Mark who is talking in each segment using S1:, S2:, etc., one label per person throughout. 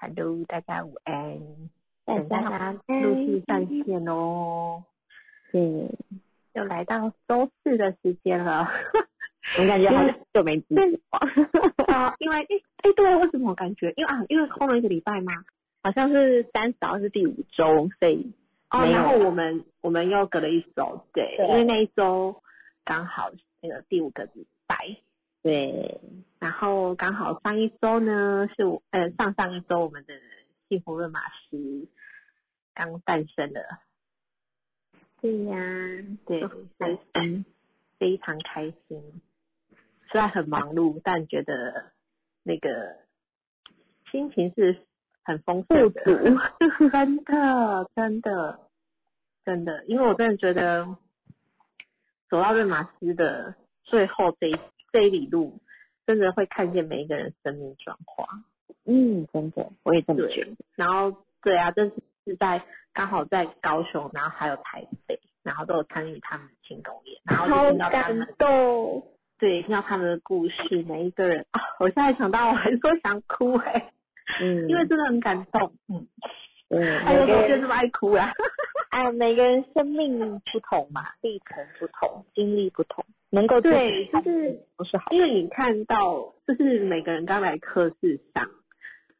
S1: Hello，大家午安。
S2: 大
S1: 等大
S2: 家好
S1: 家
S2: 安
S1: 陆续上线哦。
S2: 对，
S1: 又来到周四的时间了。
S2: 我感觉好像就没 机会。
S1: 啊，嗯因为诶诶，对，为什么我感觉因为啊，因为空了一个礼拜嘛。
S2: 好像是三十号是第五周，所以
S1: 哦，
S2: 没有
S1: 然后我们我们又隔了一周，对，
S2: 对
S1: 因为那一周刚好那个第五个礼拜，
S2: 对
S1: 然后刚好上一周呢是我呃上上一周我们的幸福论马师刚诞生了。
S2: 对呀、
S1: 对，很嗯，非常开心。虽然很忙碌，但觉得那个心情是很丰富的， 真的，真的，真的，因为我真的觉得走到瑞玛斯的最后这一这一里路，真的会看见每一个人生命转化。
S2: 嗯，真的，我也这么觉
S1: 对，然后对啊，这是在刚好在高雄，然后还有台北，然后都有参与他们的庆功宴，然
S2: 得，
S1: 后就听到他们
S2: 动。
S1: 对听到他们的故事，每一个人啊，我现在想到我还是会想哭哎、
S2: 嗯，
S1: 因为真的很感动，嗯，
S2: 嗯
S1: 还有
S2: 每
S1: 时
S2: 个
S1: 候就
S2: 人
S1: 这么爱哭 啦，
S2: 啊，每个人生命不同嘛，历程不同，经历不同，能够
S1: 对
S2: 自己看
S1: 就是
S2: 都是好。
S1: 因为你看到就是每个人刚来课室上。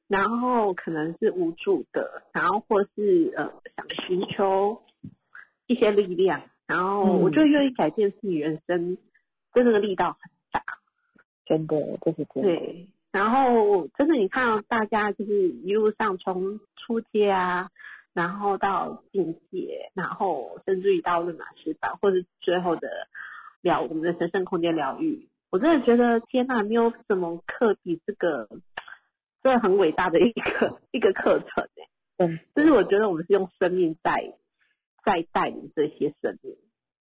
S1: 然后可能是无助的，然后或是呃想寻求一些力量，然后
S2: 嗯
S1: 我就愿意改变自己人生，真的力道很大。
S2: 真的，这是真的。
S1: 对，然后就是你看到大家就是一路上从出街啊，然后到进阶，然后甚至于到论马师范，或是最后的疗我们的神圣空间疗愈，我真的觉得天呐，没有什么课比这个真的很伟大的一个 一个课程哎、
S2: 嗯
S1: 就是我觉得我们是用生命在在带领这些生命。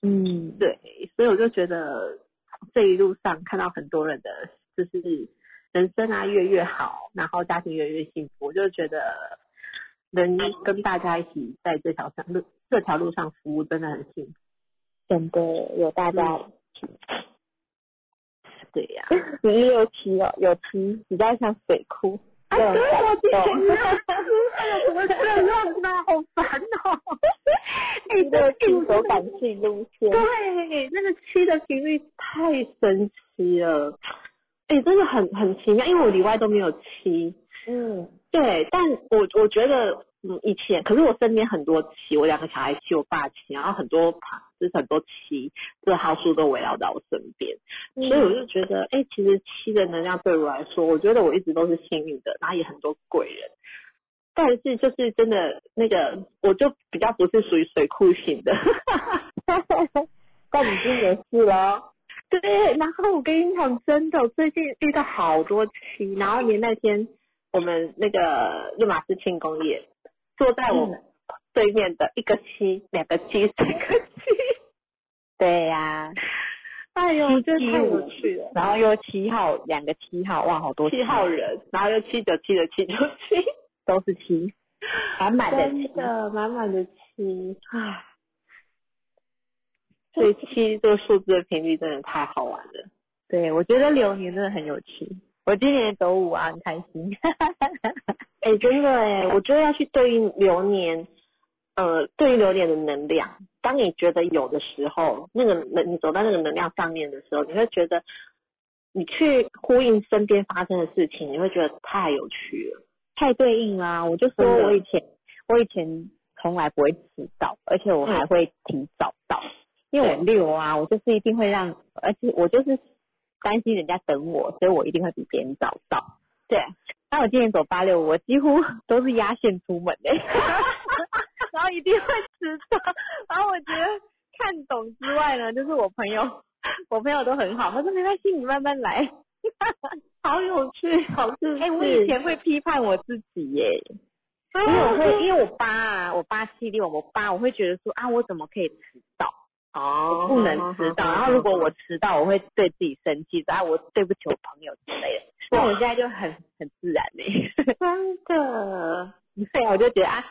S2: 嗯，
S1: 对，所以我就觉得这一路上看到很多人的就是人生啊越来越好，然后家庭越来越幸福，我就觉得能跟大家一起在这条上路这条路上服务真的很幸福。
S2: 真的有大家
S1: 嗯对呀、
S2: 只是有七哦，有七比较像水库。
S1: 哎，
S2: 这种
S1: 对，
S2: 感
S1: 我之前
S2: 动
S1: 也是，哎呦，怎么这样呢？好烦 哦！哎，
S2: 一
S1: 这个
S2: 个
S1: 频
S2: 新
S1: 率
S2: 手感性路线，
S1: 对，那个七的频率太神奇了，哎，真的很很奇妙，因为我里外都没有七。
S2: 嗯，
S1: 对，但我我觉得，嗯，以前可是我身边很多七，我两个小孩七，我爸七，然后很多就是很多七，这个号数都围绕在我身边，
S2: 嗯
S1: 所以我就觉得，哎、其实七的能量对我来说，我觉得我一直都是幸运的，然后也很多贵人。但是就是真的那个，我就比较不是属于水库型的，
S2: 但已经没事了，
S1: 对，然后我跟你讲，真的，我最近遇到好多期，然后连那天我们那个热玛斯庆功宴，坐在我
S2: 嗯
S1: 对面的一个期、两个期、三个期，
S2: 对呀、
S1: 哎呦，我觉得太有趣了。
S2: 然后又七号，两个七号，哇，好多
S1: 七号人，然后又七九七的七九七，
S2: 都是七，满满的
S1: 真
S2: 七，
S1: 的满满的七，唉，所
S2: 对
S1: 以七这个数字的频率真的太好玩了。
S2: 对，我觉得流年真的很有趣。我今年走五啊，很开心。
S1: 哎、真的哎，我觉得要去对应流年，呃，对应流年的能量。当你觉得有的时候，那个能你走到那个能量上面的时候，你会觉得你去呼应身边发生的事情，你会觉得太有趣了。
S2: 太对应啦、我就说
S1: 真的
S2: 我以前我以前从来不会迟到，而且
S1: 嗯
S2: 我还会提早到，因为我六啊，我就是一定会让，而且我就是担心人家等我，所以我一定会比别人早到。
S1: 对，
S2: 那我今年走八六，我几乎都是压线出门 的、 然后一定会迟到。然后我觉得看懂之外呢，就是我朋友，我朋友都很好，他说没关系，你慢慢来。
S1: 好有趣，好自
S2: 哎、我以前会批判我自己耶、
S1: 因
S2: 因为我会，
S1: 为
S2: 因为我八啊，我八七六，我八，我会觉得说啊，我怎么可以迟到？
S1: 哦
S2: 不能迟到。然后如果我迟到，我会对自己生气，说啊，我对不起我朋友之类的。但我现在就很很自然嘞、
S1: 真的，
S2: 对啊，我就觉得啊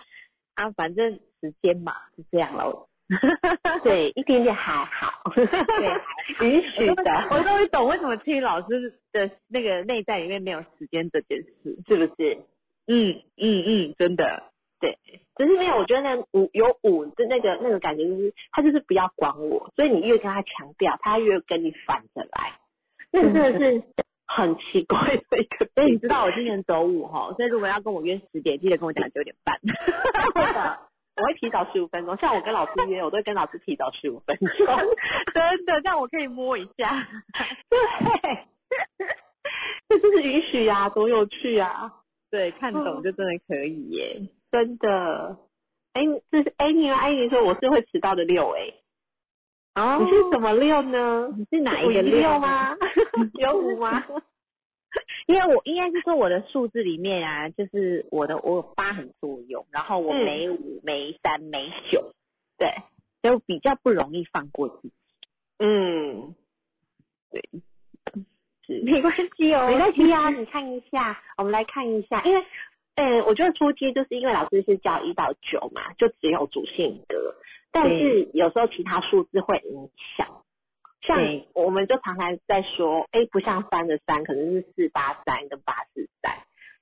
S2: 啊，反正时间嘛是这样喽。
S1: 对，一点点还好，
S2: 对
S1: 允
S2: 我
S1: 许
S2: 都
S1: 的，
S2: 我终于懂为什么体育老师的那个内在里面没有时间这件事，
S1: 是不是？
S2: 嗯嗯嗯，真的，
S1: 只是没有，我觉得那舞有舞的那个那个感觉，就是他就是不要管我，所以你越跟他强调，他越跟你反着来，那真的是很奇怪的一个地方。
S2: 嗯所以你知道我今年走五吼，所以如果要跟我约十点，记得跟我讲九点半。
S1: 真的， 我会提早十五分钟，像我跟老师约，我都会跟老师提早十五分钟。
S2: 真的，这样我可以摸一下。
S1: 对，这就是允许呀、啊，多有趣啊！
S2: 对，看
S1: 嗯
S2: 懂就真的可以耶。
S1: 真的。哎，这是哎，你哎，你说我是会迟到的六哎、
S2: 哦
S1: 你是什么六呢？
S2: 你是哪一
S1: 五一
S2: 个啊
S1: 六？吗？ 有五吗？
S2: 因为我应该是说我的数字里面啊，就是我的我有八很作用，然后我
S1: 嗯
S2: 没五、没三、没九，
S1: 对，
S2: 所以我比较不容易放过自己。
S1: 嗯，对，是。
S2: 没关系哦
S1: 没
S2: 没关
S1: 关
S2: 系
S1: 系
S2: 啊
S1: 啊，。你看一下，我们来看一下，因为，呃，我觉得初期就是因为老师是教一到九嘛，就只有主性格，但是有时候其他数字会影响，像
S2: 对
S1: 我们就常常在说，哎，不像三的三，可能是四八三跟八四三，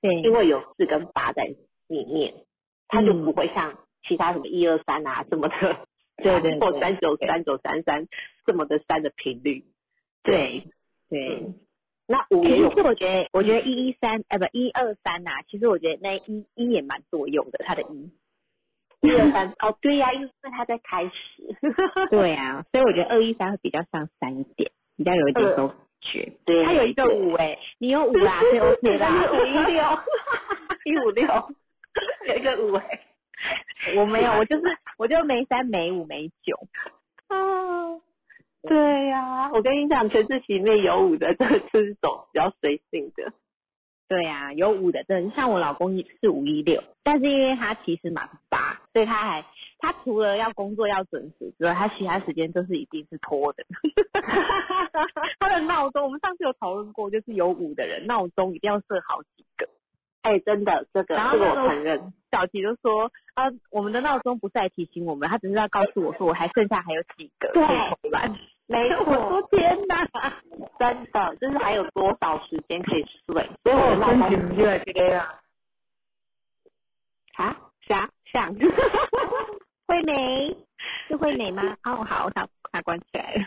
S2: 对
S1: 因为有四跟八在里面，它
S2: 嗯
S1: 就不会像其他什么一二三啊这么的，
S2: 对对对
S1: 或三九三九三三这么的三的频率，
S2: 对对。
S1: 嗯，那五
S2: 其
S1: 也有
S2: 实我觉得，我觉得一一三，呃，不一二三呐，其实我觉得那一一也蛮作用的，它的一。
S1: 一二三，哦，对呀、因为他在开 始。
S2: 对啊，所以我觉得二一三会比较像三一点，比较有一点
S1: 嗯
S2: 手觉。
S1: 对
S2: 它有一个五哎、你有五啦，所以 OK 啦。
S1: 五一 六，一五六，有一个五哎。
S2: 我没有，我就是我就没三没五没 九。哦
S1: 啊，对呀、
S2: 啊
S1: 我跟你讲，全自习里面有五的，这个就是走比较随性的。
S2: 对啊，有五的证，像我老公是五一六，但是因为他其实蛮八，所以他还他除了要工作要准时之外，他其他时间都是一定是拖的。 他的闹钟，我们上次有讨论过，就是有五的人闹钟一定要设好几个。
S1: 哎、真的，这个
S2: 然后
S1: 这个
S2: 那
S1: 我
S2: 时候
S1: 承认。
S2: 小琪就说啊，我们的闹钟不是来提醒我们，他只是要告诉我说我还剩下还有几个可
S1: 对
S2: 以偷懒。
S1: 没
S2: 我说天哪，
S1: 真的，就是还有多少时间可以睡？所以我的闹钟
S2: 越来越啊，
S1: 啊，想想，
S2: 惠美是惠美吗？哦，好，她她关起来了。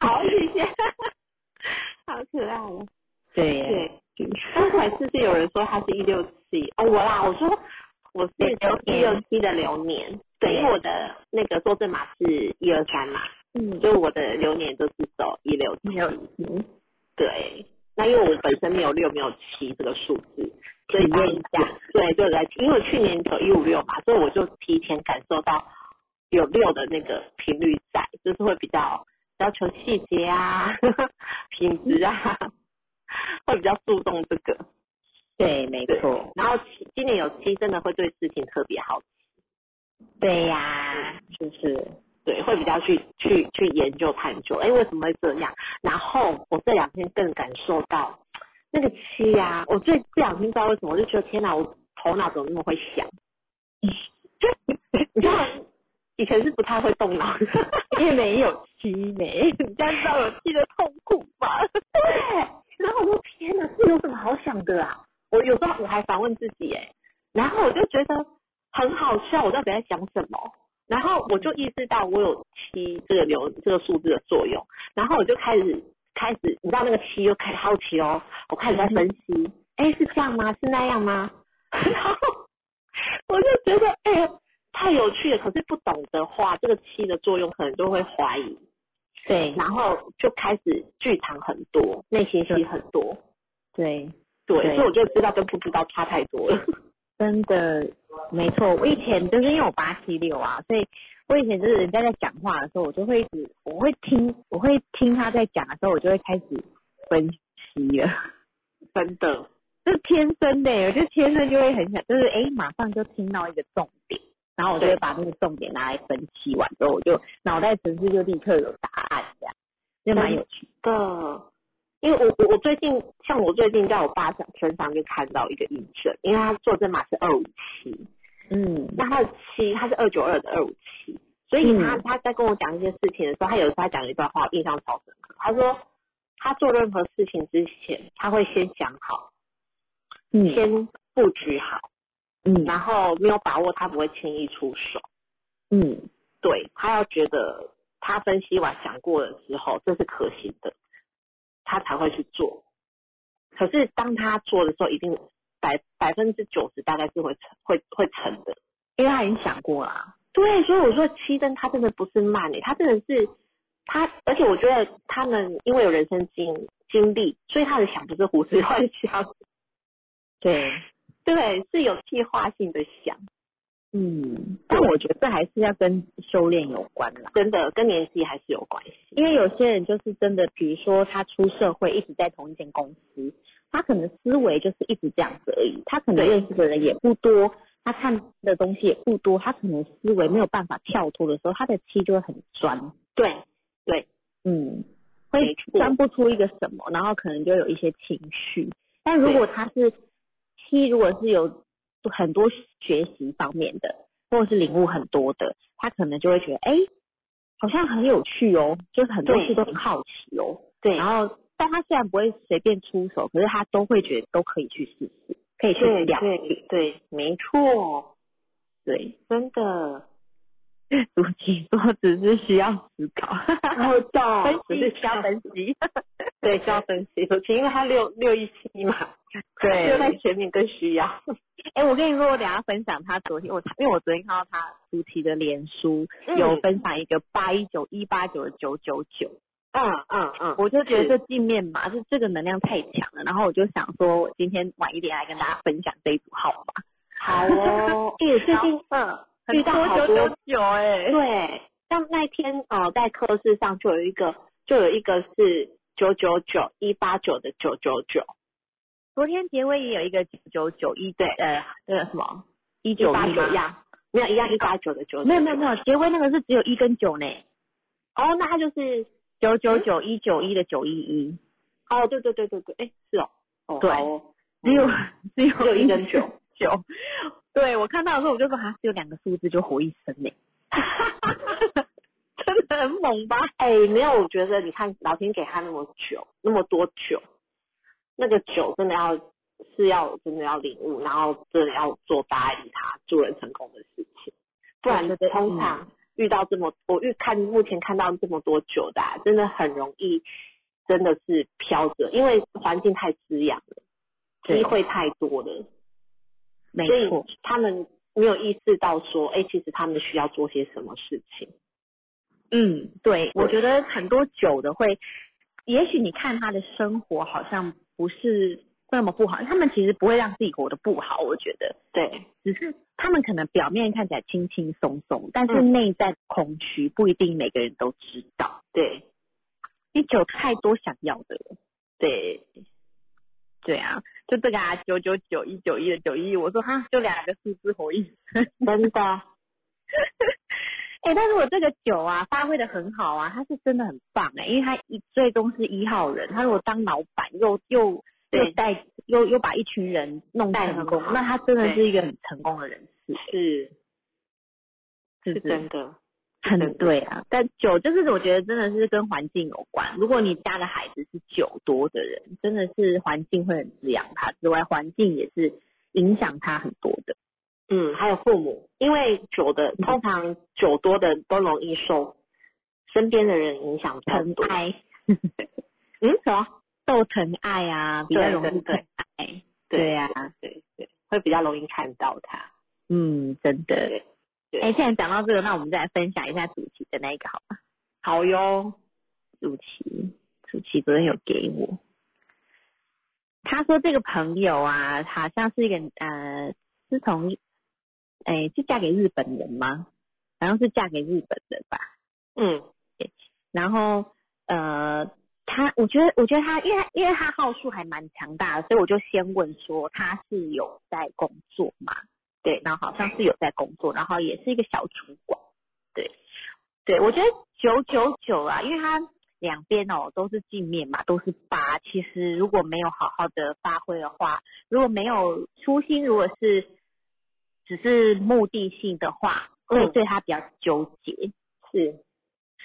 S1: 好谢谢，好可爱哦。
S2: 对
S1: 对，刚才是不是有人说他是一六七？哦，我啦，我说我是一六七的流年，对，因为我的那个坐正码是一二三嘛，
S2: 嗯，
S1: 所以我的流年都是走一六七。
S2: 没有嗯
S1: 对，那因为我本身没有六没有七这个数字，所以
S2: 体验
S1: 当
S2: 一
S1: 下对对对，因为我去年走一五六嘛，所以我就提前感受到有六的那个频率在，就是会比较要求细节啊、 品质啊， 会比较注重这个。
S2: 对，没
S1: 对
S2: 错，
S1: 然后七今年有七，真的会对事情特别好奇，
S2: 对呀、
S1: 就是对，会比较去去去研究探究，哎，为什么会这样？然后我这两天更感受到那个七呀、我最这两天不知道为什么，我就觉得天哪，我头脑怎么那么会 想？你知道以前是不太会动脑的，
S2: 因为没有七美，你这样知道有七的痛苦吧？
S1: 对，然后我说天哪，这有什么好想的啊？我有时候我还反问自己哎，然后我就觉得很好笑，我到底在想什么？然后我就意识到我有七这个流这个数字的作用，然后我就开始开始，你知道那个七又开始好奇哦，我开始在分析，哎、是这样吗？是那样吗？ 然后我就觉得哎、太有趣了，可是不懂的话，这个七的作用可能就会怀疑，
S2: 对
S1: 然后就开始剧场很多，内心戏很多，
S2: 对，
S1: 对，
S2: 对
S1: 所以我就知道跟不知道差太多了。
S2: 真的没错。我以前就是因为我八七六啊，所以我以前就是人家在讲话的时候，我就会一直我会听，我会听他在讲的时候，我就会开始分析了。
S1: 真的，
S2: 这是天生的耶，我觉得天生就会很想，就是哎，诶马上就听到一个重点，然后我就会
S1: 对
S2: 把那个重点拿来分析完之后，我就脑袋城市就立刻有答案，这样就蛮有趣。
S1: 的，因为我我我最近像我最近在我爸身上就看到一个印证，因为他做正码是二五七，
S2: 嗯，
S1: 那他的七他是二九二的二五七，所以他、
S2: 嗯
S1: 他在跟我讲一些事情的时候，他有时候他讲一段话，我印象超深刻。他说他做任何事情之前，他会先想好，
S2: 嗯
S1: 先布局好，
S2: 嗯
S1: 然后没有把握，他不会轻易出手。
S2: 嗯
S1: 对他要觉得他分析完想过了之后，这是可行的，他才会去做。可是当他做的时候，一定百百分之九十大概是会成会会成的，
S2: 因为他已经想过啦。
S1: 对，所以我说七灯他真的不是慢诶、他真的是他，而且我觉得他们因为有人生经经历，所以他的想不是胡思乱想，
S2: 对，
S1: 对，是有计划性的想，
S2: 嗯，但我觉得这还是要跟修炼有关啦。
S1: 真的跟年纪还是有关系。
S2: 因为有些人就是真的，比如说他出社会一直在同一间公司，他可能思维就是一直这样子而已，他可能
S1: 对
S2: 认识的人也不多，他看的东西也不多，他可能思维没有办法跳脱的时候，他的气就会很专，
S1: 对，
S2: 嗯，会
S1: 没错
S2: 钻不出一个什么，然后可能就有一些情绪。但如果他是七，如果是有很多学习方面的，或者是领悟很多的，他可能就会觉得，哎、好像很有趣哦，就是很多
S1: 对
S2: 事都很好奇哦。
S1: 对，
S2: 然后，但他虽然不会随便出手，可是他都会觉得都可以去试试，可以去
S1: 对
S2: 了
S1: 对
S2: 解。
S1: 对，没错，
S2: 对，
S1: 真的。
S2: 主题说只是需要思考，
S1: 然后 到
S2: 分
S1: 哦只
S2: 析
S1: 是
S2: 需要分析。
S1: 对需要分析，尤其因为他六六一七嘛，
S2: 对
S1: 就在前面更需要。
S2: 哎、我跟你说，我等一下分享他昨天，我因为我昨天看到他主题的脸书、
S1: 嗯
S2: 有分享一个八一九一八九九九九，
S1: 嗯嗯嗯，
S2: 我就觉得这镜面码是这个能量太强了，然后我就想说，我今天晚一点来跟大家分享这一组号码，
S1: 好 哦。因为最近嗯遇到好多
S2: 九哎
S1: 对，像那天呃在课室上就有一个就有一个是九九九一八九的九九九，
S2: 昨天结尾也有一个九九九一对，呃，那个什么一
S1: 一
S2: 九
S1: 八
S2: 一
S1: 九一样，没有一样一八九的九，
S2: 没有没有没有，结尾那个是只有一跟九呢，
S1: 哦，那他就是
S2: 九九九一九一的九一一，
S1: 哦对对对对对，哎是哦，哦
S2: 对
S1: 好哦
S2: 只有只
S1: 只有
S2: 有
S1: 一跟九，
S2: 九。对我看到的时候，我就说哈，只有两个数字就活一生 呢，真的很猛吧？
S1: 哎、没有，我觉得你看老天给他那么久，那么多酒，那个酒真的要是要真的要领悟，然后真的要做大家以他助人成功的事情，不然
S2: 我觉得
S1: 通常遇到这么我遇看目前看到这么多酒的、啊，真的很容易真的是飘着，因为环境太滋养了，
S2: 对
S1: 机会太多了，
S2: 没
S1: 所以
S2: 错，
S1: 他们没有意识到说，哎、其实他们需要做些什么事情。
S2: 嗯，对，我觉得很多酒的会，也许你看他的生活好像不是那么不好，他们其实不会让自己活得不好，我觉得，
S1: 对，
S2: 只是他们可能表面看起来轻轻松松，但是
S1: 嗯
S2: 内在空虚不一定每个人都知道。
S1: 对，
S2: 你酒太多想要的了，
S1: 对，
S2: 对啊，就这个啊，九九九一九一的九一，我说哈，就两个数字活一生。
S1: 真的。
S2: 哎、但是我这个九啊，发挥的很好啊，他是真的很棒哎、因为他一最终是一号人，他如果当老板又又又
S1: 对
S2: 带又又把一群人弄
S1: 带
S2: 成
S1: 很
S2: 功
S1: 好，
S2: 那他真的
S1: 对
S2: 是一个很成功的人士，
S1: 是
S2: 是
S1: 是
S2: 不是？
S1: 真的，
S2: 很对啊，但酒就是我觉得真的是跟环境有关。如果你家的孩子是酒多的人，真的是环境会很滋养他，之外环境也是影响他很多的。
S1: 嗯，还有父母，因为酒的通常酒多的都容易受身边的人影响比较
S2: 疼
S1: 多，
S2: 爱，
S1: 嗯，什么？
S2: 受疼爱啊，比较容
S1: 对
S2: 易疼
S1: 对
S2: 爱。
S1: 对
S2: 对啊，
S1: 对对，会比较容易看到他。
S2: 嗯，真的。
S1: 对对
S2: 哎、现在讲到这个，那我们再来分享一下主题的那一个好吗？
S1: 好哟，
S2: 主题，主题昨天有给我，他说这个朋友啊，好像是一个呃，是从哎、是嫁给日本人吗？好像是嫁给日本人吧。
S1: 嗯，
S2: 然后呃，他我觉得我觉得他，因为他因为他号数还蛮强大的，所以我就先问说他是有在工作嘛？对，然后好像是有在工作，然后也是一个小主管。对，对我觉得九九九啊，因为他两边哦都是镜面嘛，都是八。其实如果没有好好的发挥的话，如果没有初心，如果是只是目的性的话，会
S1: 嗯
S2: 对他比较纠结。
S1: 是。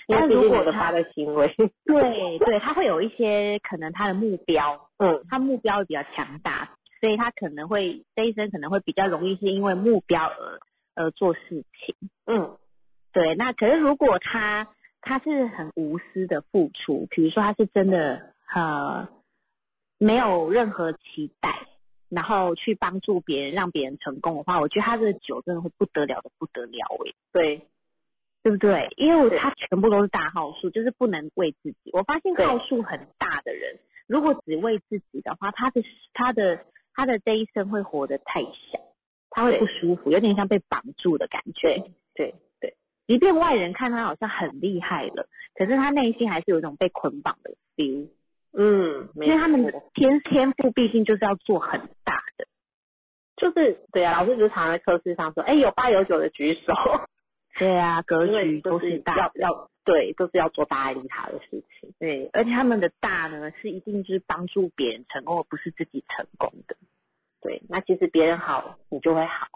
S2: 但
S1: 因为毕
S2: 如
S1: 竟
S2: 果
S1: 我的
S2: 他
S1: 他的行为，
S2: 对对，他会有一些可能他的目标，
S1: 嗯
S2: 他目标会比较强大，所以他可能会这一生可能会比较容易是因为目标而而做事情。
S1: 嗯
S2: 对，那可是如果他他是很无私的付出，比如说他是真的呃没有任何期待，然后去帮助别人，让别人成功的话，我觉得他这个酒真的会不得了的不得了欸诶、
S1: 对
S2: 对不对？因为我
S1: 对
S2: 他全部都是大号数，就是不能为自己。我发现
S1: 对
S2: 号数很大的人，如果只为自己的话，他的他的他的这一生会活得太小，他会
S1: 对
S2: 不舒服，有点像被绑住的感觉。
S1: 对对
S2: 即便外人看他好像很厉害了，可是他内心还是有一种被捆绑的 feel，
S1: 嗯，没
S2: 因为他们
S1: 错
S2: 天天赋毕竟就是要做很大的，
S1: 就是对啊，老师就常在课室上说，哎、有八有九的举手，
S2: 对啊，格
S1: 因为
S2: 局
S1: 就
S2: 都
S1: 是
S2: 是
S1: 要
S2: 大的，
S1: 要对，都是要做大家利他的事情。
S2: 对，而且他们的大呢是一定就是帮助别人成功，而不是自己成功的，
S1: 对，那其实别人好，你就会好。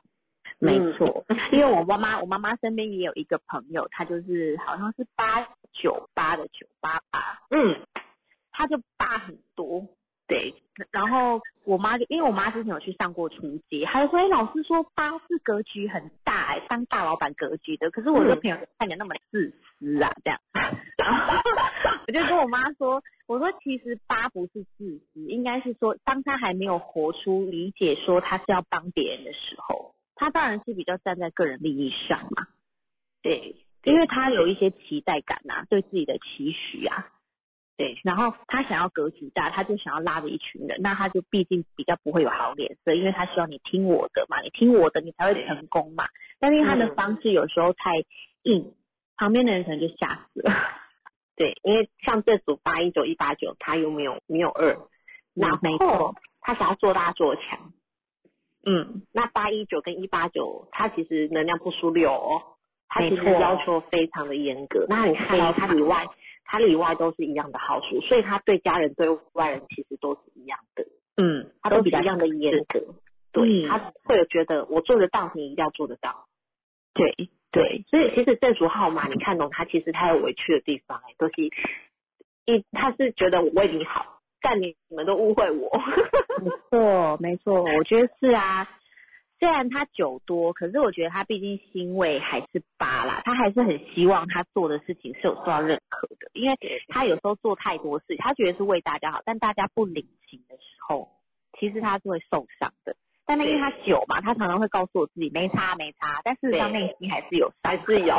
S2: 没
S1: 嗯
S2: 错。因为我妈妈，我妈妈身边也有一个朋友，她就是好像是八九八的九八八，
S1: 嗯，
S2: 他就爸很多，对。然后我妈就因为我妈之前有去上过初阶，她就说：“哎，老师说八是格局很大、哎，当大老板格局的。可是我这
S1: 嗯
S2: 朋友看起来那么自私啊，这样。”然后我就跟我妈说：“我说其实八不是自私，应该是说当他还没有活出理解说他是要帮别人的时候，他当然是比较站在个人利益上嘛。”
S1: 对，
S2: 因为他有一些期待感啊，对自己的期许啊，对，然后他想要格局大，他就想要拉着一群人，那他就毕竟比较不会有好脸色，因为他希望你听我的嘛，你听我的你才会成功嘛。但是他的
S1: 嗯
S2: 方式有时候太硬，旁边的人可能就吓死了。
S1: 对，因为像这组八一九一八九，他又没有没有二，然
S2: 没
S1: 后他想要做大做强。
S2: 嗯，
S1: 那八一九跟一八九，他其实能量不输六哦，他其实
S2: 没错
S1: 要求非常的严格。那你看到
S2: 非常
S1: 他里外，他里外都是一样的好处，所以他对家人对外人其实都是一样的，
S2: 嗯，
S1: 他都
S2: 比
S1: 比
S2: 较
S1: 一样的严格。
S2: 嗯
S1: 对，他会有觉得我做得到，你一定要做得到。
S2: 对对，
S1: 所以其实这组号码你看懂它，其实它有委屈的地方、哎，都是一一，他是觉得我为你好，但你你们都误会我。
S2: 没错没错，我觉得是啊。虽然他酒多，可是我觉得他毕竟心位还是八啦，他还是很希望他做的事情是有受到认可的，因为他有时候做太多事，他觉得是为大家好，但大家不领情的时候，其实他是会受伤的。但他因为他酒嘛，他常常会告诉我自己没差没差，但事实上
S1: 对
S2: 内心还是有伤
S1: 还
S2: 痕
S1: 是有，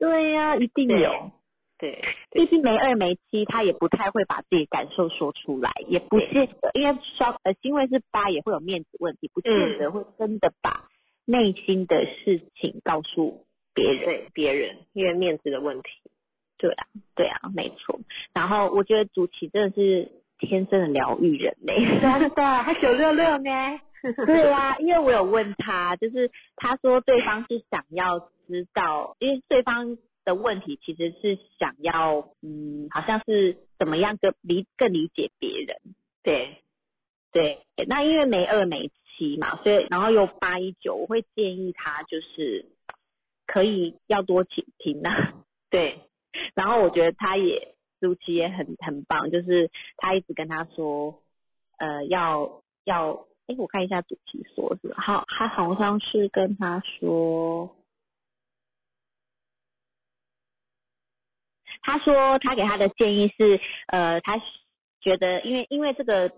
S2: 对呀、一定
S1: 对
S2: 有。
S1: 对
S2: 毕竟没二没七，他也不太会把自己感受说出来，也不见得，因为双呃，因为是八也会有面子问题，不见得会真的把内心的事情告诉别人。
S1: 对，别人因为面子的问题，
S2: 对啊，对啊，没错。然后我觉得竹崎真的是天生的疗愈人呢、
S1: 真的，他九六六呢，
S2: 对啊，因为我有问他，就是他说对方是想要知道，因为对方的问题其实是想要，嗯，好像是怎么样更理更理解别人。
S1: 对
S2: 对，那因为没二没七嘛，所以然后又八一九，我会建议他就是可以要多倾听啊。
S1: 对
S2: 然后我觉得他也舒淇也很很棒，就是他一直跟他说，呃，要要，哎，我看一下主题说是吧，好，他好像是跟他说，他说他给他的建议是，呃，他觉得因为因为这个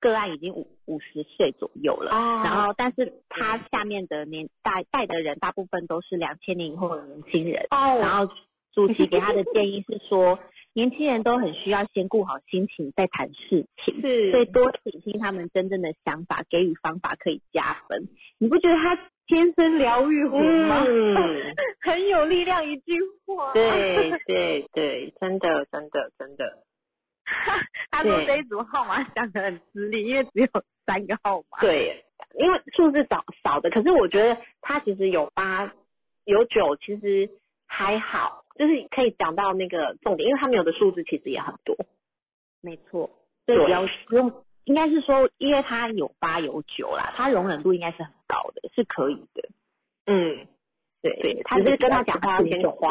S2: 个案已经五五十岁左右了，
S1: 啊
S2: 然后但是他下面的年代带的人大部分都是两千年以后的年轻人，
S1: 哦，
S2: 然后主席给他的建议是说，年轻人都很需要先顾好心情再谈事情，
S1: 是
S2: 所以多倾听他们真正的想法，给予方法可以加分。你不觉得他天生疗愈魂吗？
S1: 嗯，
S2: 很有力量一句话。
S1: 对对对，真的真的真的，
S2: 他说
S1: 对
S2: 这一组号码讲的很吃力，因为只有三个号码。
S1: 对，因为数字少少的，可是我觉得他其实有八有九，其实还好，就是可以讲到那个重点，因为他们有的数字其实也很多。
S2: 没错，所以
S1: 对
S2: 不要不用，应该是说，因为他有八有九啦，他容忍度应该是很高的，是可以的。
S1: 嗯，对
S2: 对
S1: 他只是跟他讲话要
S2: 他是比
S1: 先
S2: 较
S1: 花，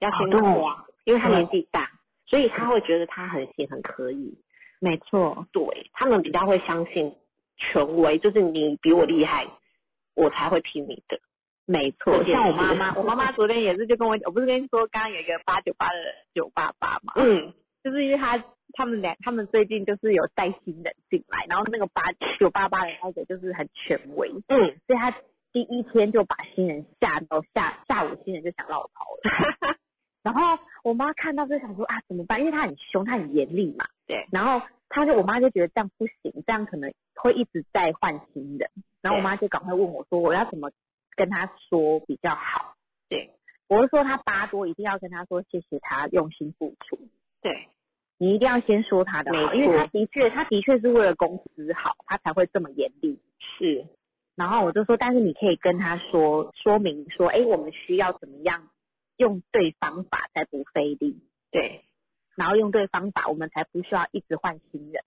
S1: 要先
S2: 哦对
S1: 花，因为他年纪大，所以他会觉得他很行很可以。
S2: 没错，
S1: 对他们比较会相信权威，就是你比我厉害，我才会听你的。
S2: 没
S1: 这
S2: 错，
S1: 件
S2: 像我妈
S1: 事
S2: 妈，我妈妈昨天也是就跟我，我不是跟你说刚刚有一个八九八的九八八嘛，
S1: 嗯，
S2: 就是因为他他们俩他们最近就是有带新人进来，然后那个八九八八的那个就是很权威，
S1: 嗯，
S2: 所以他第一天就把新人吓到，下下午新人就想绕跑了。 然后我妈看到就想说啊怎么办？因为他很凶，他很严厉嘛。
S1: 对。
S2: 然后他就我妈就觉得这样不行，这样可能会一直在换新人。然后我妈就赶快问我说我要怎么跟他说比较好？
S1: 对。
S2: 我就说他八多一定要跟他说谢谢他用心付出，
S1: 对，
S2: 你一定要先说他的
S1: 没
S2: 好，
S1: 错
S2: 因为他的确他的确是为了公司好，他才会这么严厉。
S1: 是，
S2: 然后我就说，但是你可以跟他说说明说，哎，我们需要怎么样用对方法才不费力，
S1: 对，
S2: 然后用对方法，我们才不需要一直换新人。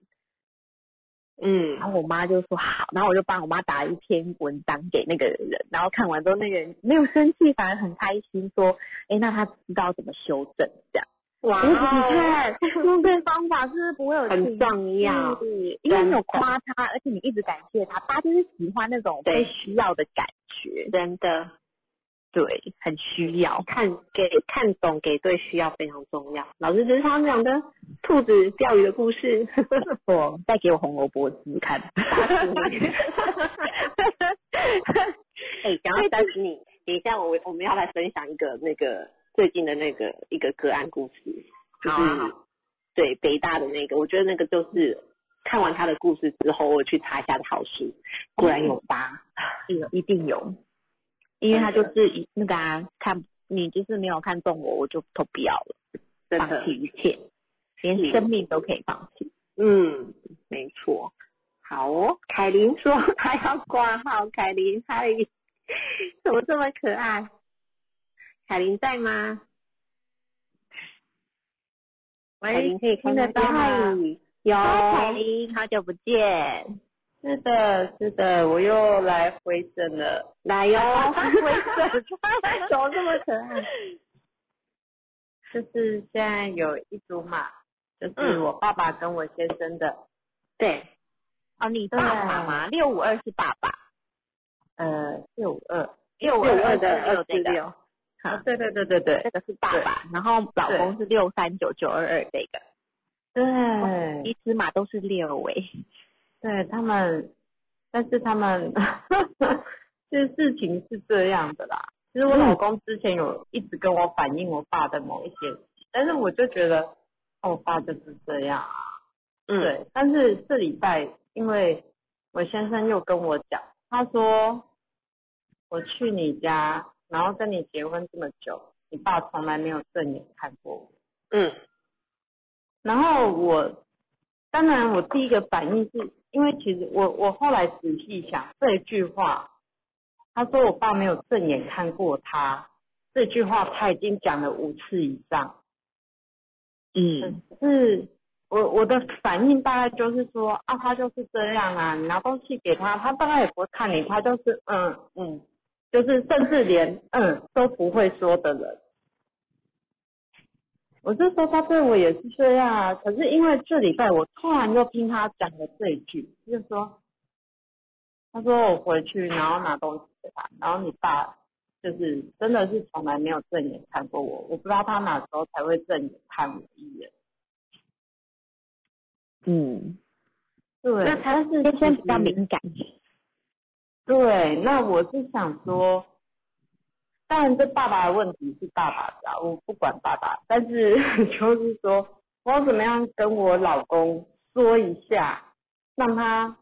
S1: 嗯
S2: 然后我妈就说好，然后我就帮我妈打了一篇文章给那个人，然后看完之后，那个人没有生气，反而很开心，说，哎，那他知道怎么修正这样。
S1: 哇
S2: 我就说你看， 用对方法是不是不会有
S1: 很
S2: 气
S1: 重要，
S2: 是因为你有夸他，而且你一直感谢他，他就是喜欢那种被
S1: 对
S2: 需要的感 觉，
S1: 真的
S2: 对，很需要。
S1: 看给看懂给对需要非常重要。老师就是他们讲的兔子钓鱼的故事，
S2: 错，再给我红萝卜丝看。
S1: 哎，讲到三十你，等一下我我们要来分享一个那个最近的那个一个个案故事，就是、
S2: 好啊好
S1: 对北大的那个，我觉得那个就是看完他的故事之后，我去查一下的好书，果然
S2: 嗯
S1: 有八，
S2: 有一定有，因为他就是一那个啊，看你就是没有看中我，我就都不要了，
S1: 真
S2: 放
S1: 的
S2: 弃，一切，连
S1: 是
S2: 生命都可以放弃。
S1: 嗯，没错。好哦，凯琳说她要挂号，凯琳，嗨，怎么这么可爱？凯琳在吗？凯琳可以看
S2: 听得到吗？？
S1: 有，
S2: 嗨，凯琳，好久不见。
S3: 是的，是的，我又来回诊了。
S1: 来哟、
S3: 怎么这么可爱？就是现在有一组马，就是
S1: 嗯
S3: 我爸爸跟我先生的，
S1: 对，
S2: 哦，你爸爸吗？六五二是爸爸，
S3: 呃，六五二，
S2: 六
S1: 六二的
S2: 六
S1: 二
S2: 这
S1: 四
S2: 个，
S1: 六，
S3: 啊，对对对对对
S2: 这个是爸爸，然后老公是六三九九二二这个。
S3: 对，
S2: 一只马都是六位，
S3: 对他们，但是他们， 这事情是这样的啦。其实我
S1: 嗯
S3: 老公之前有一直跟我反映我爸的某一些，但是我就觉得，哦，我爸就是这样啊。
S1: 嗯，
S3: 对，但是这礼拜因为我先生又跟我讲，他说我去你家，然后跟你结婚这么久，你爸从来没有正眼看过我。
S1: 嗯，
S3: 然后我，当然我第一个反应是因为其实我我后来仔细想这一句话，他说我爸没有正眼看过他，这句话他已经讲了五次以上。
S2: 嗯，
S3: 是我我的反应大概就是说啊，他就是这样啊，你拿东西给他，他大概也不会看你，他就是嗯嗯，就是甚至连嗯都不会说的人。我是说他对我也是这样啊，可是因为这礼拜我突然又听他讲了这一句，就是说，他说我回去然后拿东西给他，然后你爸就是真的是从来没有正眼看过我，我不知道他哪时候才会正眼看我一眼。
S2: 嗯，
S3: 对，
S2: 那
S3: 他是
S2: 先生比较敏感，
S3: 对，那我是想说，当然这爸爸的问题是爸爸的、啊，我不管爸爸，但是 就是说我要怎么样跟我老公说一下，让他，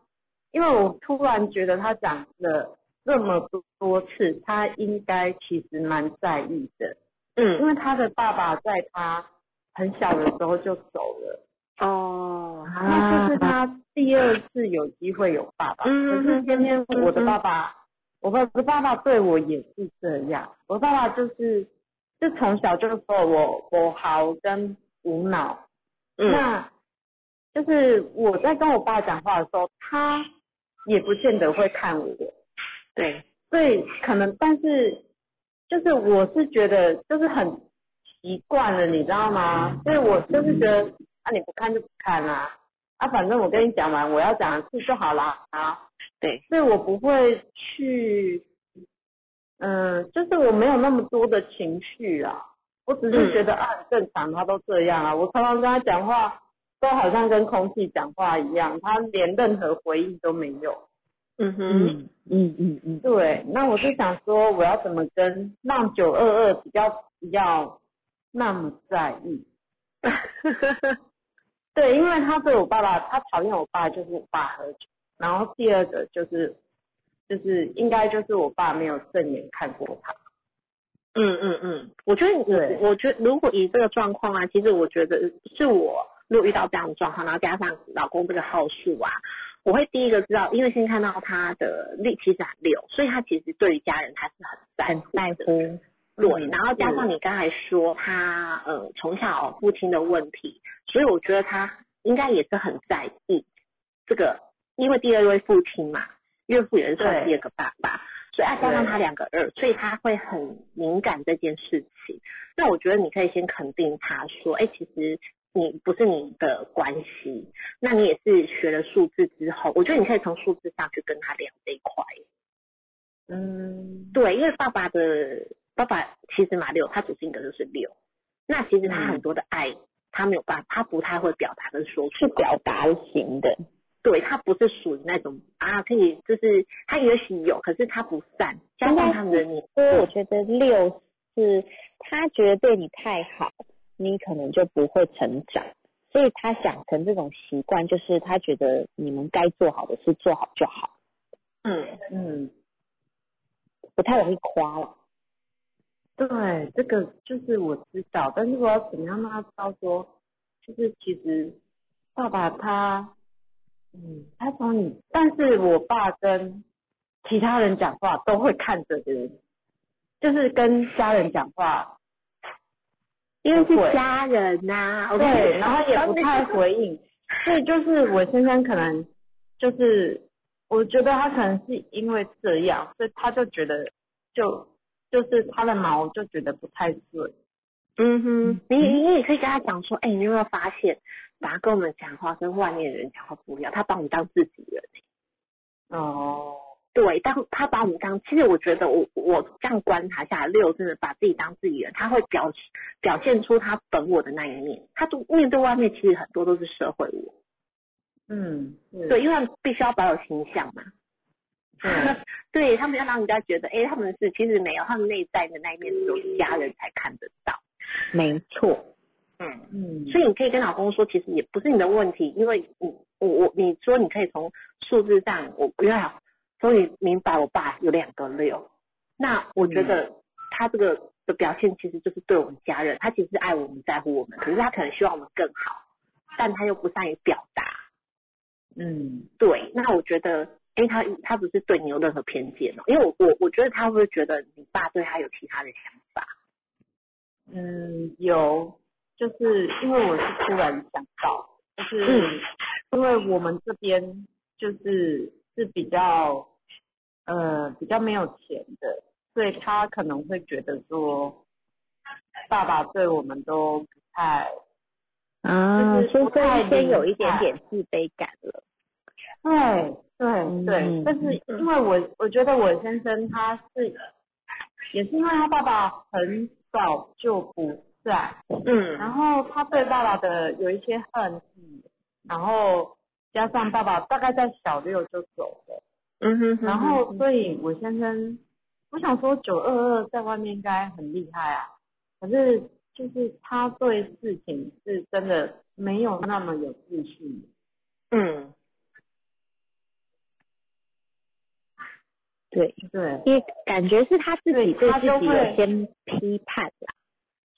S3: 因为我突然觉得他讲了这么多多次，他应该其实蛮在意的，因
S1: 嗯，
S3: 为他的爸爸在他很小的时候就走了。
S1: 哦，
S3: 那就是他第二次有机会有爸爸。
S1: 嗯
S3: 可是今天我的爸爸，我爸我爸爸对我也是这样。我爸爸就是，就从小就说我我好跟无脑。
S1: 嗯，
S3: 那就是我在跟我爸讲话的时候，他也不见得会看我。
S1: 对，
S3: 对，可能，但是就是我是觉得就是很习惯了，你知道吗？所以我就是觉得啊，你不看就不看啦、啊，啊，反正我跟你讲完我要讲的事就好啦啊。
S1: 对，
S3: 所以我不会去，嗯，就是我没有那么多的情绪啊，我只是觉得、啊很正常，他都这样啊。我常常跟他讲话，都好像跟空气讲话一样，他连任何回应都没有。
S1: 嗯哼，
S2: 嗯嗯嗯，
S3: 对，那我是想说，我要怎么跟让九二二比较不要那么在意？嗯 对，因为他对我爸爸，他讨厌我爸就是我爸喝酒，然后第二个就是就是应该就是我爸没有正眼看过他。
S1: 嗯嗯嗯，我觉得
S3: 对
S1: 我我觉得如果以这个状况啊，其实我觉得是我如果遇到这样的状况，然后加上老公这个号数啊，我会第一个知道，因为先看到他的力气是很溜，所以他其实对于家人他是很在
S2: 很
S1: 乎
S2: 在
S1: 的。
S2: 乎，嗯
S1: 对，然后加上你刚才说他呃从小父亲的问题，所以我觉得他应该也是很在意这个，因为第二位父亲嘛，岳父也是算
S3: 对
S1: 第二个爸爸，所以啊加上他两个儿，所以他会很敏感这件事情。那我觉得你可以先肯定他说，哎，其实你不是你的关系，那你也是学了数字之后，我觉得你可以从数字上去跟他聊这一块。
S3: 嗯，
S1: 对，因为爸爸的爸爸其实马六，他主性格就是六，那其实他很多的爱，他没有办法，他不太会表达跟说出
S2: 是
S1: 口，
S2: 表达型的，
S1: 对他不是属于那种啊，可以就是他也许有，可是他不善，加上他们的年
S2: 所以我觉得六是他觉得对你太好，你可能就不会成长，所以他养成这种习惯，就是他觉得你们该做好的事做好就好，
S1: 嗯，
S3: 嗯，
S2: 不太容易夸了。
S3: 对，这个就是我知道，但是我要怎么样让他知道说，就是其实爸爸他，嗯，他从你，但是我爸跟其他人讲话都会看着的人，就是跟家人讲话，
S1: 因为
S3: 不会
S1: 是家人啊呐、我跟你
S3: 对，
S1: 说
S3: 然后也不太回应，所以就是我先生可能就是，我觉得他可能是因为这样，所以他就觉得就就是他的毛就觉得不太顺。
S1: 嗯哼，你你也可以跟他讲说，哎、你有没有发现，爸跟我们讲话跟外面的人讲话不一样，他把我们当自己人。
S3: 哦，
S1: 对，当他把我们当，其实我觉得我我这样观察下来，六真的把自己当自己人，他会表表现出他本我的那一面。他都面对外面，其实很多都是社会我，
S3: 嗯，是
S1: 对，因为他们必须要保有形象嘛。
S3: 对，
S1: 对他们要让人家觉得，哎、他们是其实没有，他们内在的那一面只有家人才看得到。
S2: 没错，
S1: 嗯，
S3: 嗯，
S1: 所以你可以跟老公说，其实也不是你的问题，因为你我我你说你可以从数字上，我不要终于明白我爸有两个六，那我觉得他这个的表现其实就是对我们家人，他其实爱我们在乎我们，可是他可能希望我们更好，但他又不善于表达。
S3: 嗯，
S1: 对，那我觉得，哎、他他不是对你有任何偏见哦，因为我我我觉得他会不会觉得你爸对他有其他的想法？
S3: 嗯，有，就是因为我是突然想到，
S2: 嗯
S3: 就是因为我们这边就是是比较呃比较没有钱的，所以他可能会觉得说，爸爸对我们都不太，
S2: 啊，
S3: 就是
S2: 所以
S3: 不太
S2: 这些有一
S3: 明
S2: 点
S3: 白
S2: 点自卑感了。
S3: 对对
S2: 嗯
S3: 对，但是因为我我觉得我先生他是，也是因为他爸爸很早就不在，然
S1: 嗯
S3: 后他对爸爸的有一些恨意，然后加上爸爸大概在小六就走了，
S1: 嗯哼
S3: 然后所以我先生，我想说九二二在外面应该很厉害啊，可是就是他对事情是真的没有那么有自信，
S1: 嗯
S2: 对，
S3: 对，
S2: 因为感觉是他自己
S3: 对
S2: 对
S3: 他
S2: 自己
S3: 就会
S2: 有先批判啦，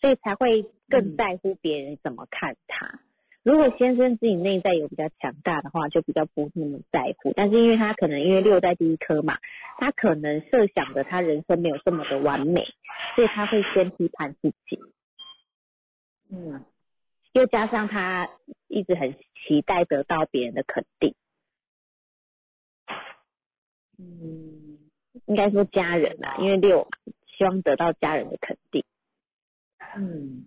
S2: 所以才会更
S3: 嗯
S2: 在乎别人怎么看他。如果先生自己内在有比较强大的话，就比较不那么在乎。但是因为他可能因为六在第一颗嘛，他可能设想的他人生没有这么的完美，所以他会先批判自己。
S3: 嗯
S2: 又加上他一直很期待得到别人的肯定，
S3: 嗯
S2: 应该说家人啦，因为六嘛希望得到家人的肯定。
S3: 嗯，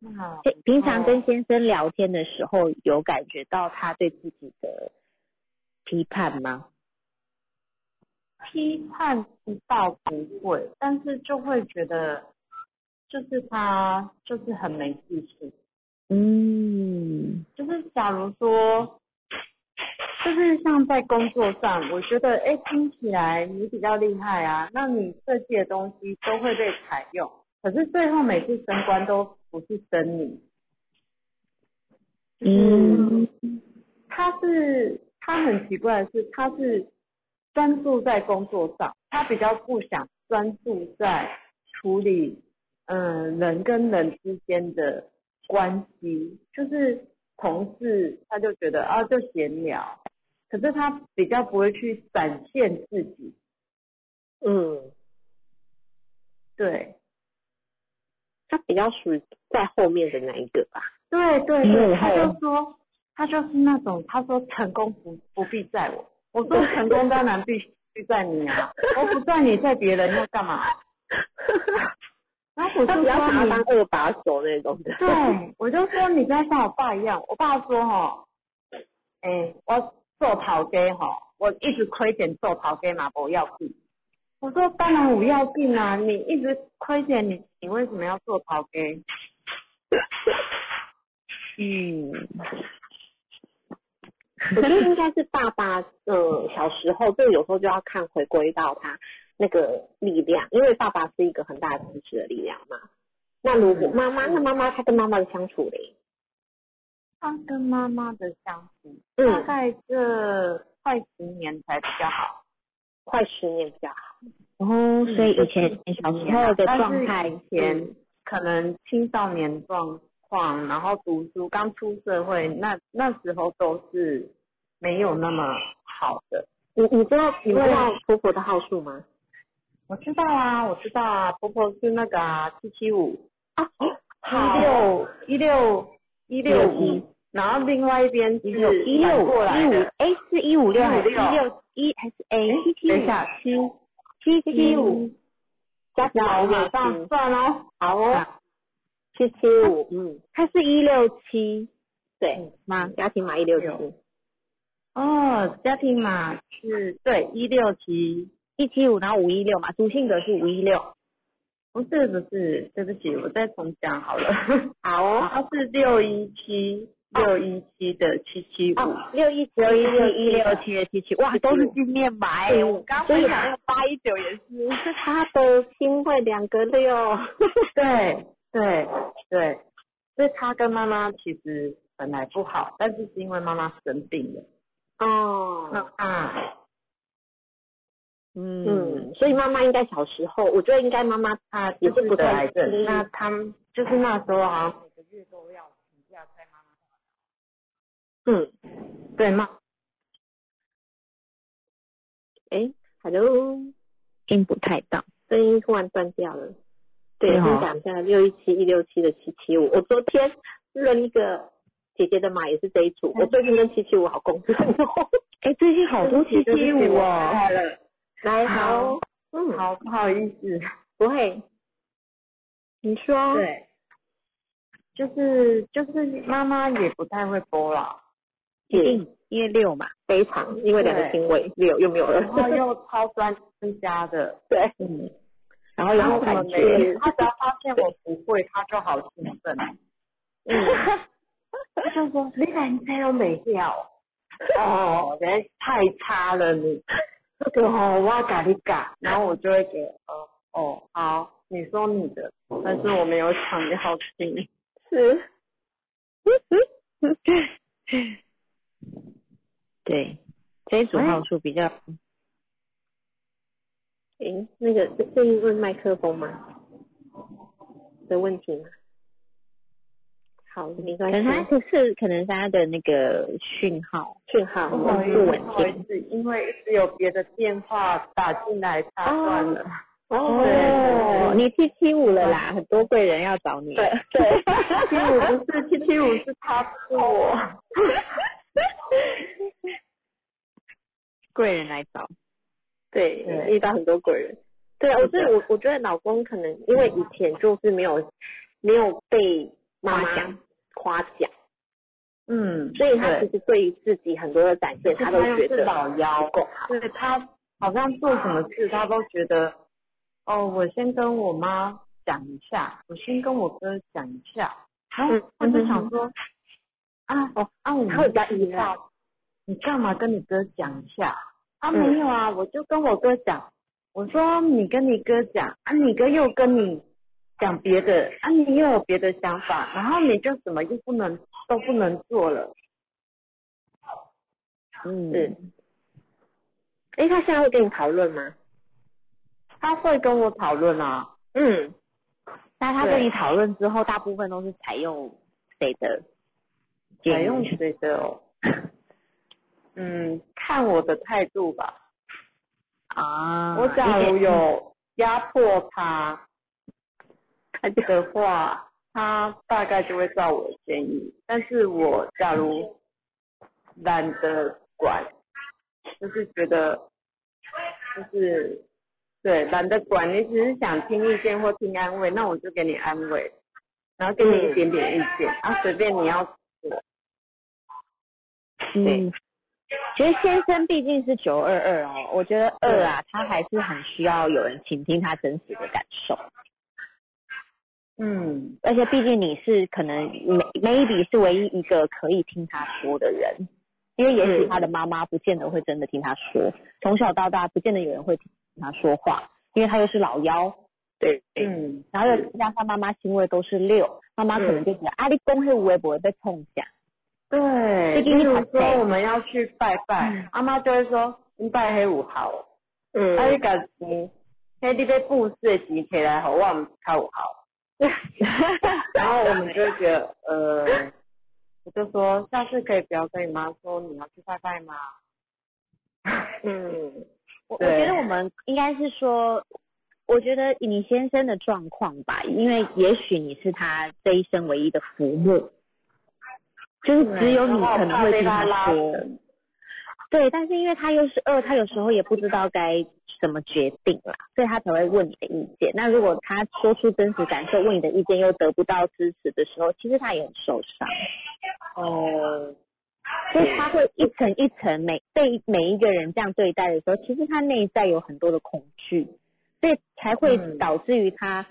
S3: 那
S2: 平平常跟先生聊天的时候，有感觉到他对自己的批判吗？
S3: 批判不到不会，但是就会觉得，就是他就是很没自信。
S2: 嗯，
S3: 就是假如说，就是像在工作上，我觉得哎、诶听起来你比较厉害啊，那你设计的东西都会被采用，可是最后每次升官都不是升你，
S2: 嗯，
S3: 他是他很奇怪的是，他是专注在工作上，他比较不想专注在处理嗯、呃人跟人之间的关系，就是同事他就觉得啊就闲聊，可是他比较不会去展现自己，
S1: 嗯，
S3: 对
S1: 他比较属于在后面的那一个吧。
S3: 对对
S2: 幕
S3: 对，
S2: 后
S3: 他就说他就是那种他说成功不不必在我，我说成功当然必须在你啊，我不在你在别人要干嘛？然后我
S1: 他
S3: 就
S1: 比较
S3: 说
S1: 想要
S3: 你
S1: 当二把手那种 的。
S3: 对，我就说你不要像我爸一样，我爸说哈，哎、我做头家哈，我一直亏钱做头家嘛，不要紧。我说当然有要紧啊，你一直亏钱，你你为什么要做头家？
S2: 嗯，
S1: 我觉得应该是爸爸，嗯，小时候这个有时候就要看回归到他那个力量，因为爸爸是一个很大的支持的力量嘛。那如
S2: 嗯
S1: 果妈妈，那妈妈她跟妈妈的相处嘞，
S3: 他跟妈妈的相处，大
S1: 嗯，
S3: 概这快十年才比较好。
S1: 快十年比较好，嗯
S2: 哦，所以以前小时候的状态
S3: 啊以前可能青少年状况，然后读书刚出社会，那那时候都是没有那么好的。
S1: 你你知道你知道婆婆的号数吗？
S3: 我知道啊，我知道啊，婆婆是那个啊，七七五，
S1: 啊，
S3: 一六一六一六一，然后另外一边是
S2: 一
S3: 反
S2: 六
S3: 过
S2: 一
S3: 来
S2: 五
S3: 的，
S2: 哎是一五六还是一
S3: 156
S2: 六一还是哎七七
S3: 等一
S2: 五
S3: 下七
S2: 七七五
S1: 加起来
S3: 我
S1: 一六
S3: 马上
S1: 七，
S3: 算哦，
S1: 好哦，七七五，嗯，
S2: 它是一六七
S1: 对，
S2: 吗？
S1: 家庭码一六七，
S3: 哦，家庭码是对一六七，
S2: 一七五然后五一六嘛，主性格是五一六，
S3: 不是不是，对不起，我再重讲好了，
S1: 好哦，
S3: 它是六一七六一七的七七五，
S1: 哦，
S2: 六一六一六一六七的七七，哇，都是纪念码哎，
S1: 嗯
S2: 我刚分享那个八一九也是，
S1: 他的心会两个六，
S3: 对对对，所以他跟妈妈其实本来不好，但是是因为妈妈生病了。
S1: 哦，
S3: 啊，
S1: 嗯，所以妈妈应该小时候，我觉得应该妈妈
S3: 啊，
S1: 也
S3: 就是是
S1: 不
S3: 得
S1: 太
S3: 癌
S1: 清
S3: 症，那他们就是那时候好像
S1: 嗯
S3: 对妈，
S1: 哎，hello，
S2: 听不太到，
S1: 声音突然断掉了。对，
S2: 对
S1: 先
S2: 哦
S1: 讲一下六一七一六七的七七五。我昨天认一个姐姐的码，也是这一组。我最近跟七七五好共振哦。
S2: 哎，最近好多七七五哦，
S3: 害了，
S1: 来，
S3: 好
S1: 好，嗯，
S3: 好不好意思，
S1: 不会，你说，
S3: 对，就是就是妈妈也不太会播 啦，
S2: 一
S1: 也
S2: 定一六嘛，
S1: 非常，因为两个
S3: 对
S1: 星位六哦又没有了
S3: 然，后又超专专家的，
S1: 对，
S3: 嗯，
S2: 然后有
S3: 然后
S2: 好
S3: 我们
S2: 感
S3: 没
S2: 觉，
S3: 他只要发现我不会，他就好兴奋，
S1: 嗯，
S3: 他就说你敢才有美调， 哦，人家太差了你，这个哦我要嘎你嘎，然后我就会觉得哦哦好，你说你的，但是我没有想要听，
S1: 是，
S2: 对，这一
S3: 哎
S2: 组号数比较
S1: 诶，那个是是因为麦克风吗的问题吗？好，没关
S2: 可
S1: 系
S2: 能，他可是可能是他的那个讯号，
S1: 讯号
S3: 不好意
S1: 不
S3: 思，
S1: 稳
S3: 不好
S1: 定
S3: 意思，因为一直有别的电话打进来打断了。
S2: 哦，你七七五了啦，很多贵人要找你。
S1: 对对，
S3: 七七五不是七七五是他是我，
S2: 贵人来找。
S1: 对，
S3: 对
S1: 遇到很多鬼人。对，我
S3: 是
S1: 觉
S3: 的
S1: 得我我觉得老公可能因为以前就是没有没有被妈妈
S4: 夸奖
S1: 夸奖，
S3: 嗯，
S1: 所以他
S3: 对
S1: 其实对于自己很多的展现，他都
S3: 又
S1: 觉
S3: 是
S1: 得
S3: 老
S1: 不
S3: 幺，
S1: 够好。
S3: 对他好像做什么事他都觉得，哦，我先跟我妈讲一下，我先跟我哥讲一下，然后我就想说，啊
S1: 嗯哦
S3: 啊，我
S1: 他会比较依赖
S3: 道，你干嘛跟你哥讲一下？啊，
S1: 嗯
S3: 没有啊，我就跟我哥讲，我说你跟你哥讲，啊，你哥又跟你讲别的，啊，你又有别的想法，然后你就什么又不能都不能做了，嗯
S1: 嗯，哎、他现在会跟你讨论吗？
S3: 他会跟我讨论啊，
S1: 嗯，
S2: 那他跟你讨论之后，大部分都是采用谁的建
S3: 采
S2: 议？
S3: 用谁的 哦？嗯，看我的态度吧。
S2: 啊，
S3: 我假如
S2: 有点
S3: 有压迫 他
S1: 他就
S3: 的话，他大概就会照我的建议。但是我假如懒得管，就是觉得就是对懒得管，你只是想听意见或听安慰，那我就给你安慰，然后给你一点点意见，啊，随便你要
S2: 嗯，觉得先生毕竟是九二二哦，我觉得二啊，他还是很需要有人倾听他真实的感受，
S3: 嗯。
S2: 而且毕竟你是可能 may- maybe 是唯一一个可以听他说的人，因为也许他的妈妈不见得会真的听他说，从小到大不见得有人会听他说话，因为他又是老幺，
S1: 对，嗯
S3: 嗯
S2: 然后又加上妈妈星位都是六，妈妈可能就觉得啊，你公会微博被冲下，
S3: 对，
S2: 最近
S3: 例
S2: 一
S3: 如
S2: 盘
S3: 说
S2: 菜
S3: 我们要去拜
S2: 嗯
S3: 拜，阿妈就会说你拜黑五号，
S1: 嗯，
S3: 啊
S2: 哎
S3: 你家钱，嘿哎你要布施的钱起来好，我唔靠五号。 然后我们就会觉得，呃，我就说下次可以不要跟你妈说你要去拜拜吗？
S1: 嗯，
S2: 我我
S3: 对
S2: 觉得我们应该是说，我觉得你先生的状况吧，因为也许你是他这一生唯一的父母，就是只有你可能会听他说。对，但是因为他又是二，他有时候也不知道该怎么决定啦，所以他才会问你的意见。那如果他说出真实感受，问你的意见又得不到支持的时候，其实他也很受伤。
S3: 哦，
S2: 所以他会一层一层每被每一个人这样对待的时候，其实他内在有很多的恐惧，所以才会
S3: 嗯
S2: 导致于他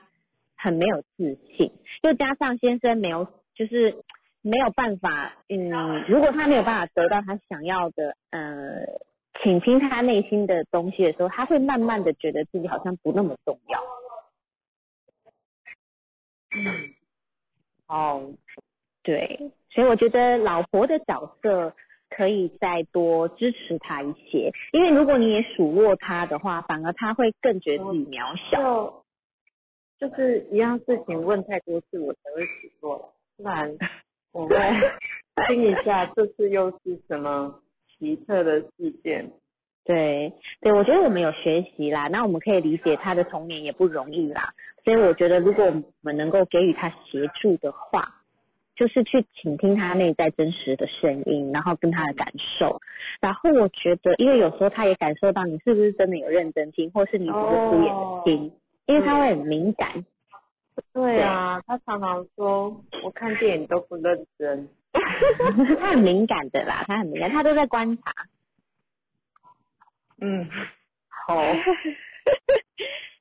S2: 很没有自信，又加上先生没有就是没有办法，嗯，如果他没有办法得到他想要的，呃，倾听他内心的东西的时候，他会慢慢的觉得自己好像不那么重要。
S3: 好，
S2: 哦对，所以我觉得老婆的角色可以再多支持他一些，因为如果你也数落他的话，反而他会更觉得自己渺小。
S3: 就就是一样事情问太多次，我才会许诺，不然 我会听一下这次又是什么奇特的事件。
S2: 对，对，我觉得我们有学习啦，那我们可以理解他的童年也不容易啦，所以我觉得如果我们能够给予他协助的话，就是去倾听他内在真实的声音，然后跟他的感受，然后我觉得，因为有时候他也感受到你是不是真的有认真听，或是你只是敷
S3: 哦
S2: 衍的听，因为他会很敏感。
S3: 对啊，他常常说我看电影都不认真。
S2: 他很敏感的啦，他很敏感，他都在观察。
S3: 嗯，好，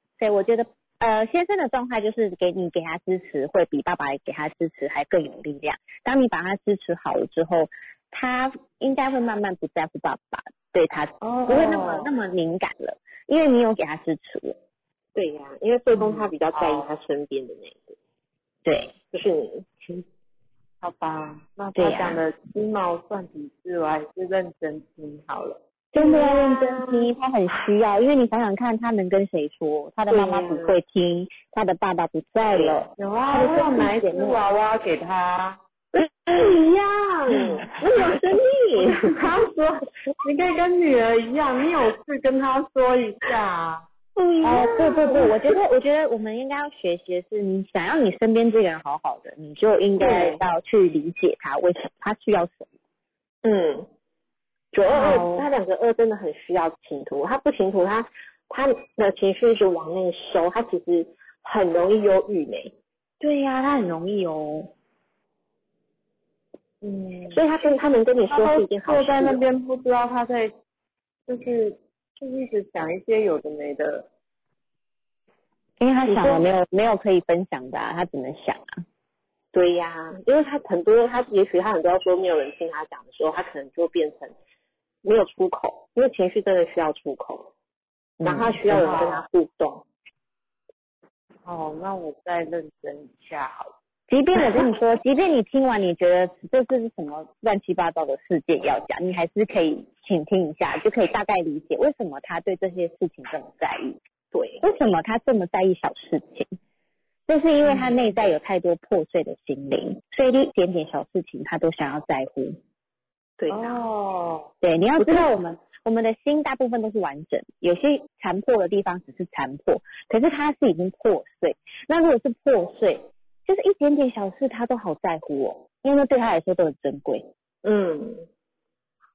S2: 所以我觉得，呃，先生的状态就是给你给他支持，会比爸爸给他支持还更有力量。当你把他支持好了之后，他应该会慢慢不在乎爸爸对他
S3: 哦
S2: 不会那么那么敏感了，因为你有给他支持了。哦
S1: 对呀、因为社工他比较在意他身边的那一个，
S2: 对，
S1: 就是你，
S3: 好吧，那
S2: 对
S3: 他
S2: 呀
S3: 讲的鸡毛蒜皮事，我还是认真听好了。
S2: 真的要认真听，他很需要，因为你想想看，他能跟谁说？他的妈妈不会听，他的爸爸不在了，
S3: 有啊，我有买一只娃娃给他，
S1: 一样，
S2: 我有生命。
S3: 他说你可以跟女儿一样，你有事跟他说一下。
S2: 哦，不不不，我觉得我觉得我们应该要学习的是，你想要你身边这个人好好的，你就应该
S1: 对
S2: 要去理解他为什么他需要什么。
S1: 嗯，九二
S2: 好
S1: 二，他两个二真的很需要倾吐，他不倾吐，他他的情绪一直往内收，他其实很容易忧郁呢。
S2: 对呀、他很容易哦。
S3: 嗯，
S1: 所以他跟他能跟你
S3: 他
S1: 说是
S3: 都
S1: 一件好事哦。
S3: 坐在那边不知道他在，就是就是一直想一些有的没的，
S2: 因为哎他想了
S1: 你说
S2: 没有没有可以分享的、啊，他只能想啊。
S1: 对呀、因为他很多，他也许他很多要说没有人听他讲的时候，他可能就变成没有出口，因为情绪真的需要出口，然后他需要有人跟他互动。
S3: 哦，那我再认真一下好了。
S2: 即便我跟你说， 即便你听完你觉得这是什么乱七八糟的事件要讲，你还是可以倾听一下，就可以大概理解为什么他对这些事情这么在意，
S1: 对，
S2: 为什么他这么在意小事情。就是因为他内在有太多破碎的心灵，所以一点点小事情他都想要在乎。
S1: 对呀、
S3: 哦，
S2: 对，你要知道我们我们的心大部分都是完整，有些残破的地方只是残破，可是它是已经破碎。那如果是破碎，就是一点点小事他都好在乎哦，因为那对他来说都很珍贵。
S1: 嗯，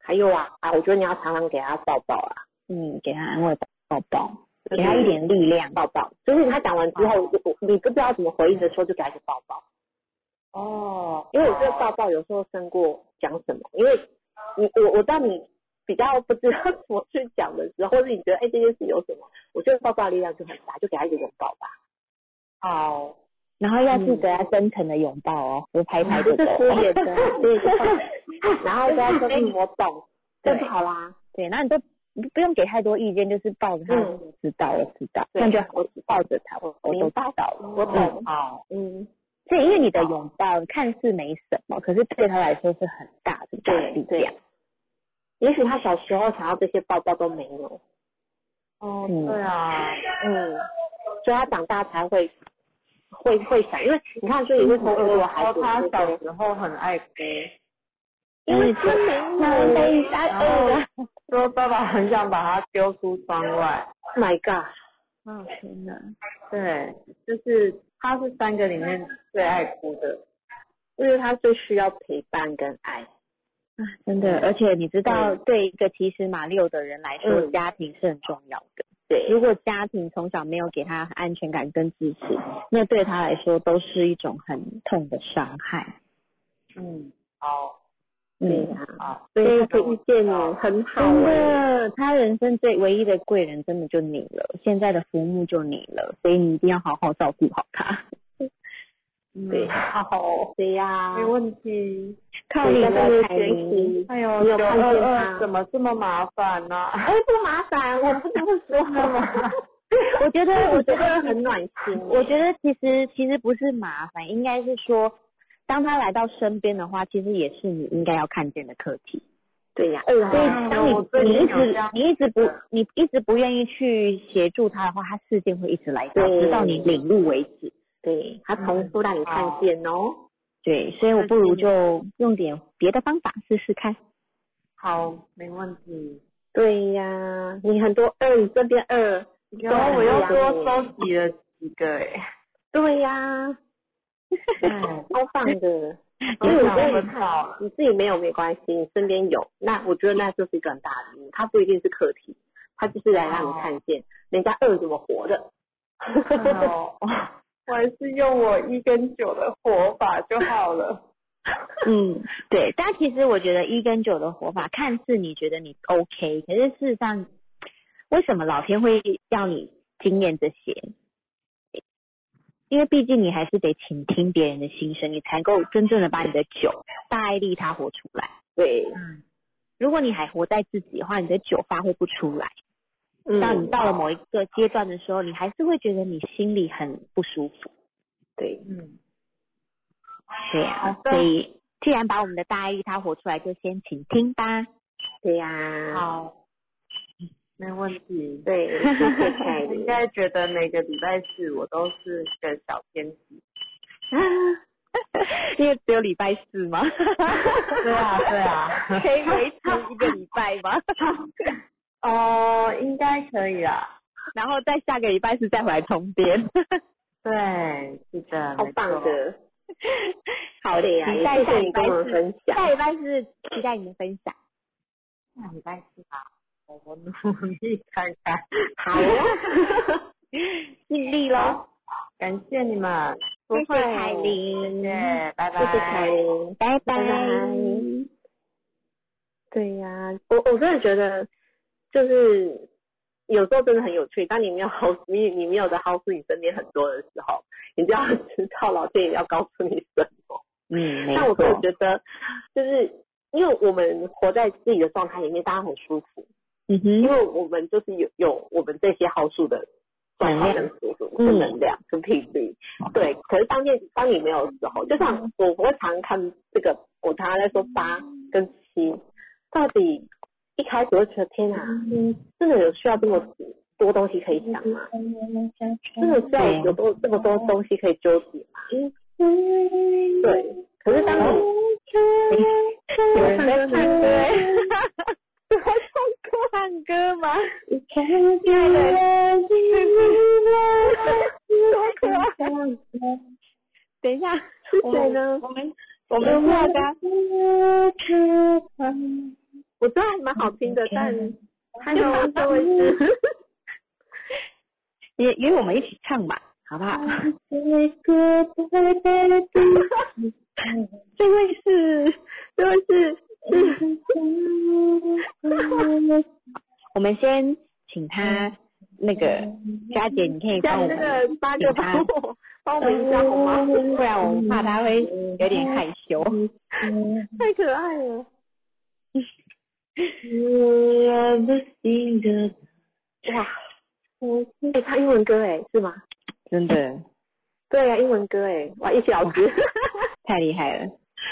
S1: 还有啊啊，我觉得你要常常给他抱抱啊，
S2: 嗯，给他安慰抱抱，
S1: 就
S2: 给
S1: 是
S2: 他一点力量。
S1: 抱抱，就是他讲完之后，我我你不知道怎么回应的时候，就给他一个抱抱，
S3: 哦，
S1: 因为我觉得抱抱有时候胜过讲什么，因为你我我当你比较不知道怎么去讲的时候，或者你觉得哎、这件事有什么，我觉得抱抱的力量就很大，就给他一个拥 抱吧。哦
S3: 好，
S2: 然后要记得要真诚的拥抱哦，不是 拍拍
S1: 就
S2: 就是走。
S1: 嗯敷衍的，啊 对， 然后再说嗯我懂，这
S2: 对
S1: 样就好啦，
S2: 对，那你都不不用给太多意见，就是抱着他，
S1: 嗯
S2: 我知道，我知道，
S1: 对
S2: 那就我抱着他，我我
S1: 明
S2: 都知
S1: 白
S2: 道了。
S1: 我懂，
S3: 好，
S1: 嗯，
S2: 所以因为你的拥抱看似没什么，可是对他来说是很大很大的
S1: 对
S2: 力
S1: 对
S2: 量。。
S1: 也许他小时候想要这些抱抱都没有，
S3: 哦，
S2: 嗯
S3: 对啊，
S1: 嗯，所以他长大才会会会想，因为你看，所以为什么
S2: 嗯
S1: 我孩
S3: 然
S1: 子
S3: 后他
S1: 就
S3: 小
S1: 是
S3: 时候很爱哭，
S2: 因为他没有
S1: 嗯
S2: 啊被他
S3: 然
S2: 饿
S1: ，Oh
S3: 后说爸爸很想把他丢出窗外。
S1: ，My God，
S2: 哦，天哪！
S3: 对，就是他是三个里面最爱哭的。
S1: 因为他最需要陪伴跟爱，
S2: 啊真的，而且你知道，
S1: 嗯
S2: 对一个其实马六的人来说，
S1: 嗯
S2: 家庭是很重要的。
S1: 对
S2: 如果家庭从小没有给他安全感跟支持，那对他来说都是一种很痛的伤害。
S3: 嗯，好，
S1: 对
S2: 嗯，
S1: 呀，
S3: 好，
S1: 所以可以
S3: 这个我
S1: 遇见你很好
S2: 真
S1: 哎，
S2: 的，他人生最唯一的贵人真的就你了，现在的浮木就你了，所以你一定要好好照顾好他。
S1: 对
S3: 嗯，好，
S1: 对呀
S3: 没，问题。
S2: 靠
S1: 你
S2: 你
S1: 在
S2: 了，凯
S1: 学
S2: 明。
S1: 习，
S3: 哎呦，
S1: 你
S3: 九
S1: 有看见
S3: 二
S1: 他
S3: 二怎么这么麻烦啊呢、
S1: 哎，不麻烦，我不得不说，
S2: 我觉得， 我觉得
S1: 很暖心。
S2: 我觉得其实其实不是麻烦，应该是说，当他来到身边的话，其实也是你应该要看见的课题。
S1: 嗯对呀、
S2: 所以当你
S3: 我最
S2: 你一
S3: 近有这
S2: 直
S3: 样
S2: 你一直不你一直不愿意去协助他的话，他事件会一直来到，
S1: 对
S2: 直到你领悟为止。
S1: 对，他重复让你看见哦。
S2: 对，所以我不如就用点别的方法试试看。
S3: 好，没问题。
S1: 对呀、你很多二，你这边二，
S3: 然后我又多
S1: 收。
S3: 收集了几个哎、
S1: 对呀、 哎超棒的。
S3: 我
S1: 所以我觉
S3: 想
S1: 得
S3: 问
S1: 你看，
S3: 到了，
S1: 你自己没有没关系，你身边有，那我觉得那就是一个很大的礼物。它不一定是课题，它就是来让你看见人家二怎么活的。
S3: 哦，我还是用我一跟九的活法就好了。
S2: 嗯，对，但其实我觉得一跟九的活法，看似你觉得你 OK，可是事实上，为什么老天会要你经验这些？因为毕竟你还是得倾听别人的心声，你才能够真正的把你的九大爱利他活出来。嗯
S1: 对，
S2: 如果你还活在自己的话，你的九发挥不出来。
S1: 嗯
S2: 当你到了某一个阶段的时候，你还是会觉得你心里很不舒服。
S1: 对，
S3: 嗯，
S2: 对啊
S3: 好，的
S2: 所以既然把我们的大爱利他活出来，就先倾听吧。
S1: 对呀、
S3: 好，没问题。
S1: 对，谢谢凯
S3: 我
S1: 琳
S3: 应。该觉得每个礼拜四我都是个小天使。
S2: 因为只有礼拜四 嘛。
S3: 对啊，对啊。
S2: 可以维持一个礼拜 吗？
S3: 哦，应该可以啦。
S2: 然后在下个礼拜四再回来重 编。
S3: 对，是的，
S1: 好棒
S3: 没错。
S1: 的，好的呀，
S2: 期
S1: 也
S2: 待
S1: 谢
S2: 下
S1: 谢
S2: 礼
S1: 你
S2: 拜
S1: 跟我们
S2: 四。
S1: 分享。
S2: 下礼拜四期待你的分享。
S3: 那礼拜四吧，我啊我努力看看。
S1: 好哦，
S2: 尽力喽。
S3: 感谢你们，
S5: 不
S3: 谢谢
S5: 会，
S3: 凯
S5: 谢
S3: 琳，
S5: 谢，拜拜，
S1: 谢谢凯琳。
S3: 拜拜
S1: 拜。对呀、我我真的觉得，就是有时候真的很有趣。当你没有好，你你没有的好处，你身边很多的时候，你就要知道老天爷要告诉你什么。
S2: 嗯，没
S1: 但我真的
S2: 错，
S1: 觉得，就是因为我们活在自己的状态里面，大家很舒服，
S2: 嗯
S1: 因
S2: 哼，
S1: 为我们就是有有我们这些好处的状态跟舒服、
S2: 嗯
S1: 跟能量、跟频率。对，可是当天当你没有的时候，就像我我常看这个，我常常在说八跟七，到底一开始会觉得天哪、真的有需要这么多东西可以想吗？真的需要
S2: 对
S1: 有多这么多东西可以纠结吗？对，可是当你
S3: 有人在唱歌欸， 唱歌吗？亲爱的，多可爱！等一下，是谁呢？我们我
S2: 嗯
S3: 们是要搭
S1: 我觉得还蛮好听的，但还有这位置，
S2: 也也我们一起唱吧，好不好？
S1: 这位是嗯这位是
S2: 我们先请他那个嗯佳姐，你可以
S1: 加
S2: 帮
S1: 你
S2: 我
S1: 那
S2: 们，
S1: 个八哥帮我帮我们一下好吗？
S2: 不然我们怕他会有点害羞。
S1: 太可爱了， 哇！哎、唱英文歌哎，是吗？
S2: 真的
S1: 对呀、英文歌哎，哇，一起老师，
S2: 太厉害了，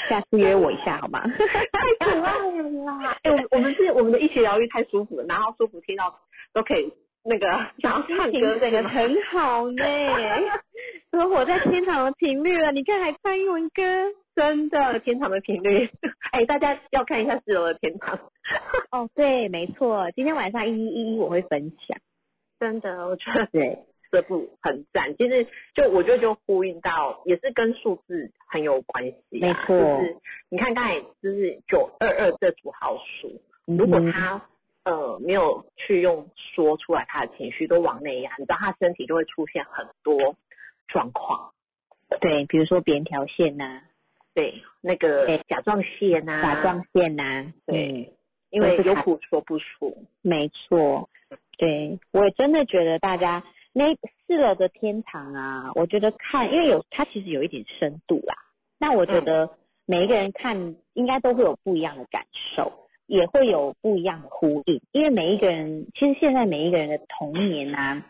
S2: 下次约我一下好吗？
S1: 太可爱了啦！ 哎、我们我们是我们的一起疗愈太舒服了，然后舒服听到都可以那个 想要唱歌
S3: 这
S1: 这
S3: 个
S1: 个
S3: 很好呢，生活在天堂的频率了。你看还唱英文歌，
S1: 真的天堂的频率，哎、大 家要看一下四楼的天堂。
S3: 哦，对，没错，今天晚上一一一我会分享。
S1: 真的，我觉得
S2: 对，
S1: 这部很赞。其实就我觉得就呼应到，也是跟数字很有关系、啊。
S2: 没错
S1: 就是你看刚才就是九二二这组好数，
S2: 嗯
S1: 如果他呃没有去用说出来他的情绪，都往内压，你知道他身体就会出现很多状况。
S2: 嗯对，比如说扁条线呐、
S1: 对，那个
S2: 对
S1: 甲状腺呐、
S2: 甲状腺呐、
S1: 对
S2: 哎嗯，
S1: 因为
S2: 都是
S1: 有
S2: 卡
S1: 苦说不出。
S2: 没错，对我真的觉得大家那四楼的天堂啊，我觉得看，因为有它其实有一点深度啦。那我觉得每一个人看应该都会有不一样的感受，也会有不一样的呼应，因为每一个人其实现在每一个人的童年啊，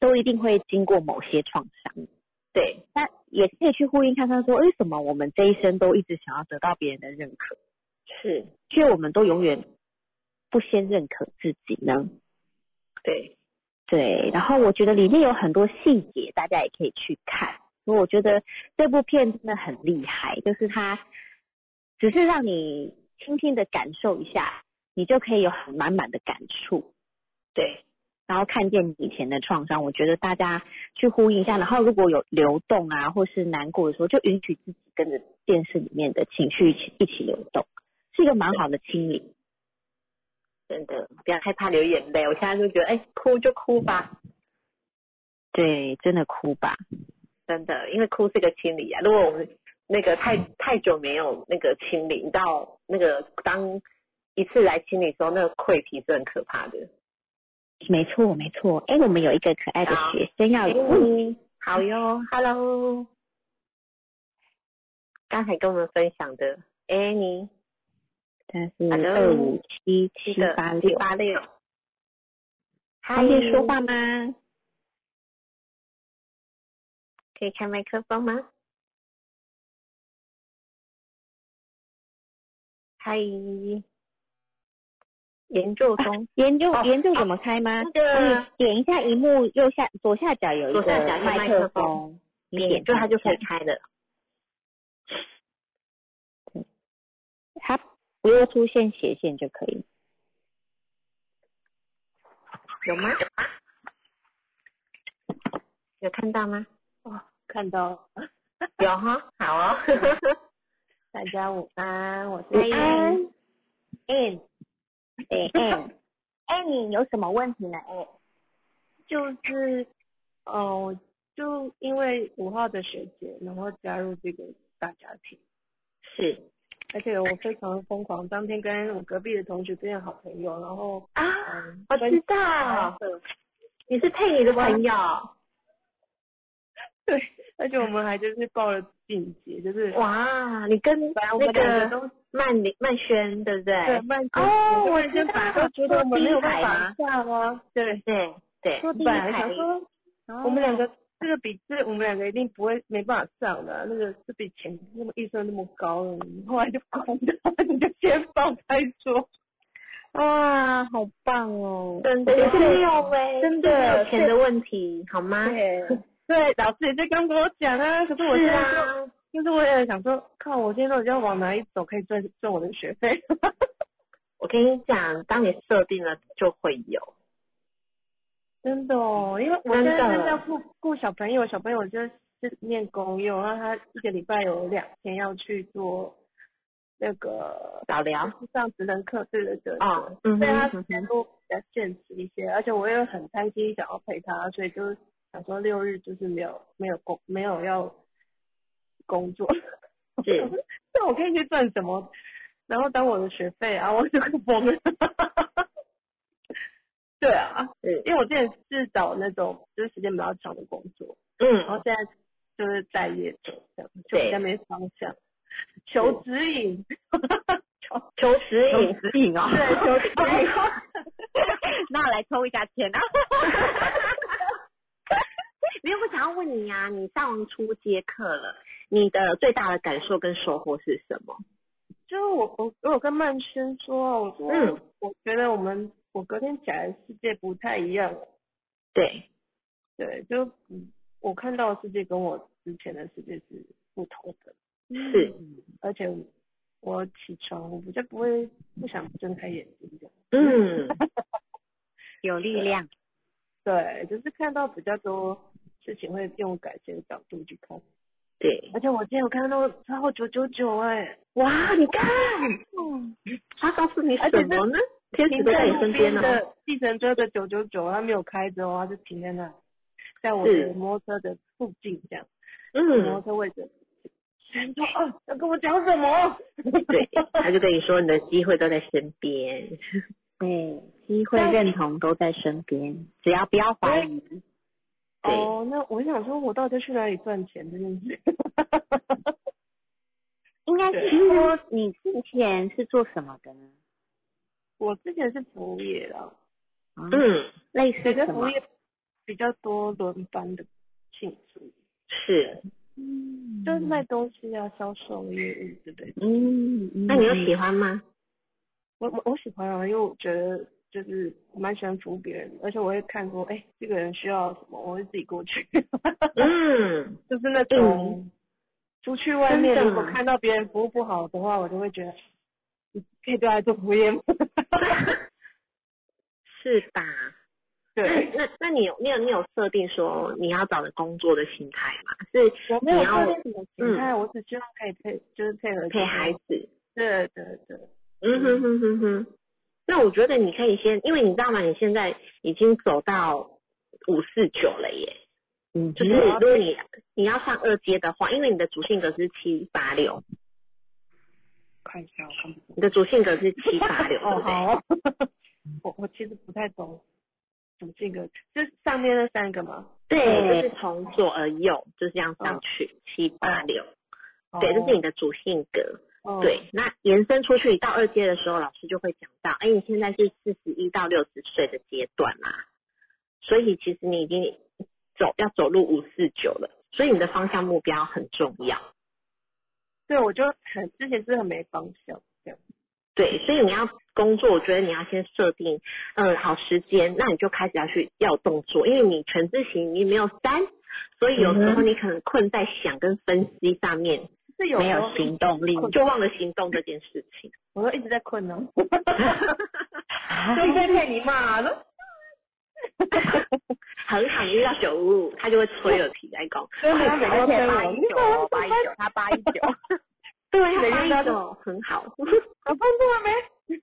S2: 都一定会经过某些创伤。
S1: 对，
S2: 那也可以去呼应看看说，为什么我们这一生都一直想要得到别人的认可，
S1: 是，
S2: 却我们都永远不先认可自己呢？
S1: 对，
S2: 对，然后我觉得里面有很多细节，大家也可以去看。所以我觉得这部片真的很厉害，就是它只是让你轻轻的感受一下，你就可以有很满满的感触，
S1: 对，
S2: 然后看见你以前的创伤。我觉得大家去呼应一下，然后如果有流动啊，或是难过的时候，就允许自己跟着电视里面的情绪一起一起流动，是一个蛮好的清理。
S1: 真的不要害怕流眼泪。我现在就觉得，哎、哭就哭吧。
S2: 对，真的哭吧。
S1: 真的，因为哭是一个清理啊。如果我们那个太太久没有那个清理，你知道那个当一次来清理的时候，那个溃体是很可怕的。
S2: 没错，没错。哎，我们有一个可爱的
S1: 好
S2: 学生要
S1: 哎
S2: 有问
S1: 好哟，Hello，刚才跟我们分享的 Annie
S2: 他是
S1: 好的
S2: 二五七七
S1: 的
S2: 八
S1: 七
S2: 六，
S1: 八六，
S2: 他
S1: 方
S2: 可以说，话吗？
S1: 可以开麦克风吗？嗨，研究中。
S2: 研究
S1: 哦
S2: 研究怎么开吗？
S1: 那个
S2: 你点一下荧幕右下左下角有一
S1: 左
S2: 个
S1: 下角有麦
S2: 麦
S1: 克
S2: 克
S1: 风
S2: 风，你
S1: 点
S2: 点
S1: 就它
S2: 它
S1: 就可以开了。
S2: 它不要出现斜线就可以。
S1: 有吗？有看到吗？
S3: 看到
S1: 有哈，好哦。
S3: 大家午安，我
S1: 午
S3: 是
S1: 安
S3: Ann，
S2: 对，嗯，哎，你有什么问题呢？哎，
S3: 就是，哦，就因为五号的学姐，然后加入这个大家庭，
S2: 是
S3: 而且我非常疯狂，当天跟我隔壁的同学变好朋友，然后
S2: 啊，
S3: 嗯，
S2: 我知道，你是配你的朋友，
S3: 而且我们还就是报了进阶，就是
S1: 哦
S2: 哇，你跟
S3: 反正我们
S2: 那
S3: 两个
S2: 个
S3: 都
S2: 曼玲曼轩对不对？
S3: 对慢姐，
S2: 哦
S3: 我
S2: 我
S3: 们就
S2: 知
S3: 反
S2: 道
S3: 都觉得我们没有办法
S2: 说
S3: 下吗？对，
S2: 对对，
S3: 我本来想说
S2: 哦
S3: 我们两个这个比这我们两个一定不会没办法上的啊、那个这笔钱那么预算那么高，后来就哭的，你就先放再说。
S1: 哇，好棒哦！
S2: 真的没有哎，
S1: 真
S2: 这没
S1: 的
S2: 有钱的问题好吗？
S1: 对，
S3: 对，老师也是刚跟我讲啊，可是我现
S2: 是
S3: 在就、
S2: 啊，
S3: 就是我也想说，靠，我现在到底要往哪一走可以赚赚我的学费？
S2: 我跟你讲，当你设定了就会有，
S3: 真的哦，因为我现在
S2: 真的
S3: 正在顾顾小朋友，小朋友就是念公幼，然后他一个礼拜有两天要去做那个
S2: 早聊
S3: 上职能课，对对对，
S2: 啊，嗯
S3: 对他
S2: 哼
S3: 时
S2: 嗯
S3: 间
S2: 哼，
S3: 都比较限制一些，而且我又很贪心想要陪他，所以就想说六日就是没有没有工没有要工作，
S2: 是。
S3: 那我可以去赚什么？然后当我的学费啊，我就疯了。 对啊，
S2: 是
S3: 因为我之前是找那种就是时间比较长的工作，然后
S2: 嗯，
S3: 现在就是待业者这样，就
S2: 对
S3: 比较没方向，求指引，
S2: 求啊指引，
S1: 指引哦，
S3: 对，求指引。
S1: 那来抽一下签 啊！
S2: 没有，我想要问你啊，你上初阶课了，你的最大的感受跟收获是什么？
S3: 就是我我我有跟曼轩说，我说、
S2: 嗯
S3: 我觉得我们我隔天起来世界不太一样了，
S2: 对，
S3: 对，就嗯我看到的世界跟我之前的世界是不同的，嗯
S2: 是，
S3: 而且我起床我就不会不想睁开眼睛这样，
S2: 嗯，
S1: 有力量，
S3: 对，就是看到比较多事情会用感谢的角度去看，
S2: 对，
S3: 而且我今天有看到超九九九哎，
S2: 哇，你看，他告诉你
S3: 而且
S2: 什么呢？天使
S3: 停
S2: 都
S3: 在
S2: 嗯在你
S3: 路
S2: 身边啊哦呢、
S3: 边的计程车的九九九，它没有开着哦，它就停在那，在我
S2: 是
S3: 的摩托车的附近这样。摩托
S2: 嗯，
S3: 车位置。然说哦，要跟我讲什么？
S2: 对，他就跟你说你的机会都在身边，
S1: 对，机会认同都在身边，只要不要怀疑。
S2: 对
S3: 哦，那我想说，我到底去哪里赚钱这件事？
S1: 应该是说你之前是做什么的呢？
S3: 我之前是服务业啦，
S1: 啊，
S2: 嗯，
S1: 类似
S3: 我觉
S1: 什
S3: 得服务
S1: 么？
S3: 业比较多轮班的性质，
S2: 是，嗯
S3: 就是卖东西啊、销售业务之类的。
S1: 嗯，嗯
S2: 那你有喜欢吗？
S3: 我我我喜欢啊，因为我觉得就是我蛮喜欢服务别人的，而且我会看说，哎，这个人需要什么，我会自己过 去。
S2: 嗯，
S3: 就是那种 出去外面，
S2: 真的啊
S3: 如果看到别人服务不好的话，我就会觉得你可以对他做服务 业吗？
S2: 嗯 是吧？
S3: 对，
S2: 那那你有你有你有设定说你要找的工作的心态吗？是
S3: 我没有
S2: 你要嗯
S3: 设定什么形态，我只希望可以配，就是配合
S2: 陪孩
S3: 子。
S2: 子？
S3: 对对对，
S2: 嗯哼哼哼哼。那我觉得你可以先，因为你知道吗？你现在已经走到五四九了耶。
S1: 嗯
S2: 就是如果你你要上二阶的话，因为你的主性格是七八六，
S3: 看一下我看不懂。
S2: 你的主性格是七 八六，对
S3: 哦
S2: 不对？
S3: 好哦，我我其实不太懂怎么这个，就是上面那三个嘛。
S2: 对，就是从左而右，就是这样
S1: 哦
S2: 上去，七八六，对，这是你的主性格。
S6: 嗯
S3: 哦，
S2: 对，那延伸出去，你到二阶的时候，老师就会讲到，哎，你现在是四十一到六十岁的阶段啦、所以其实你已经走要走入五四九了，所以你的方向目标很重要。
S3: 对，我就很之前是很没方向，这样。
S2: 对，所以你要工作，我觉得你要先设定，嗯，好时间，那你就开始要去要有动作，因为你全知型你没有三，所以有时候你可能困在想跟分析上面，
S3: 嗯是有
S1: 没
S3: 时候
S1: 有行动力，
S2: 就忘了行动这件 事情。
S3: 我都一直在困呢，都一直在被你骂了。
S2: 很好，你遇到九五，他就会催了皮来讲，
S3: 所以每天都
S1: 而且
S3: 跟
S1: 八
S3: 我，
S1: 一
S3: 你
S1: 九哦，八一九，他八一九，
S2: 对，
S3: 每
S2: 他
S3: 天
S2: 一
S3: 都要
S2: 种很好，
S3: 有工作了没？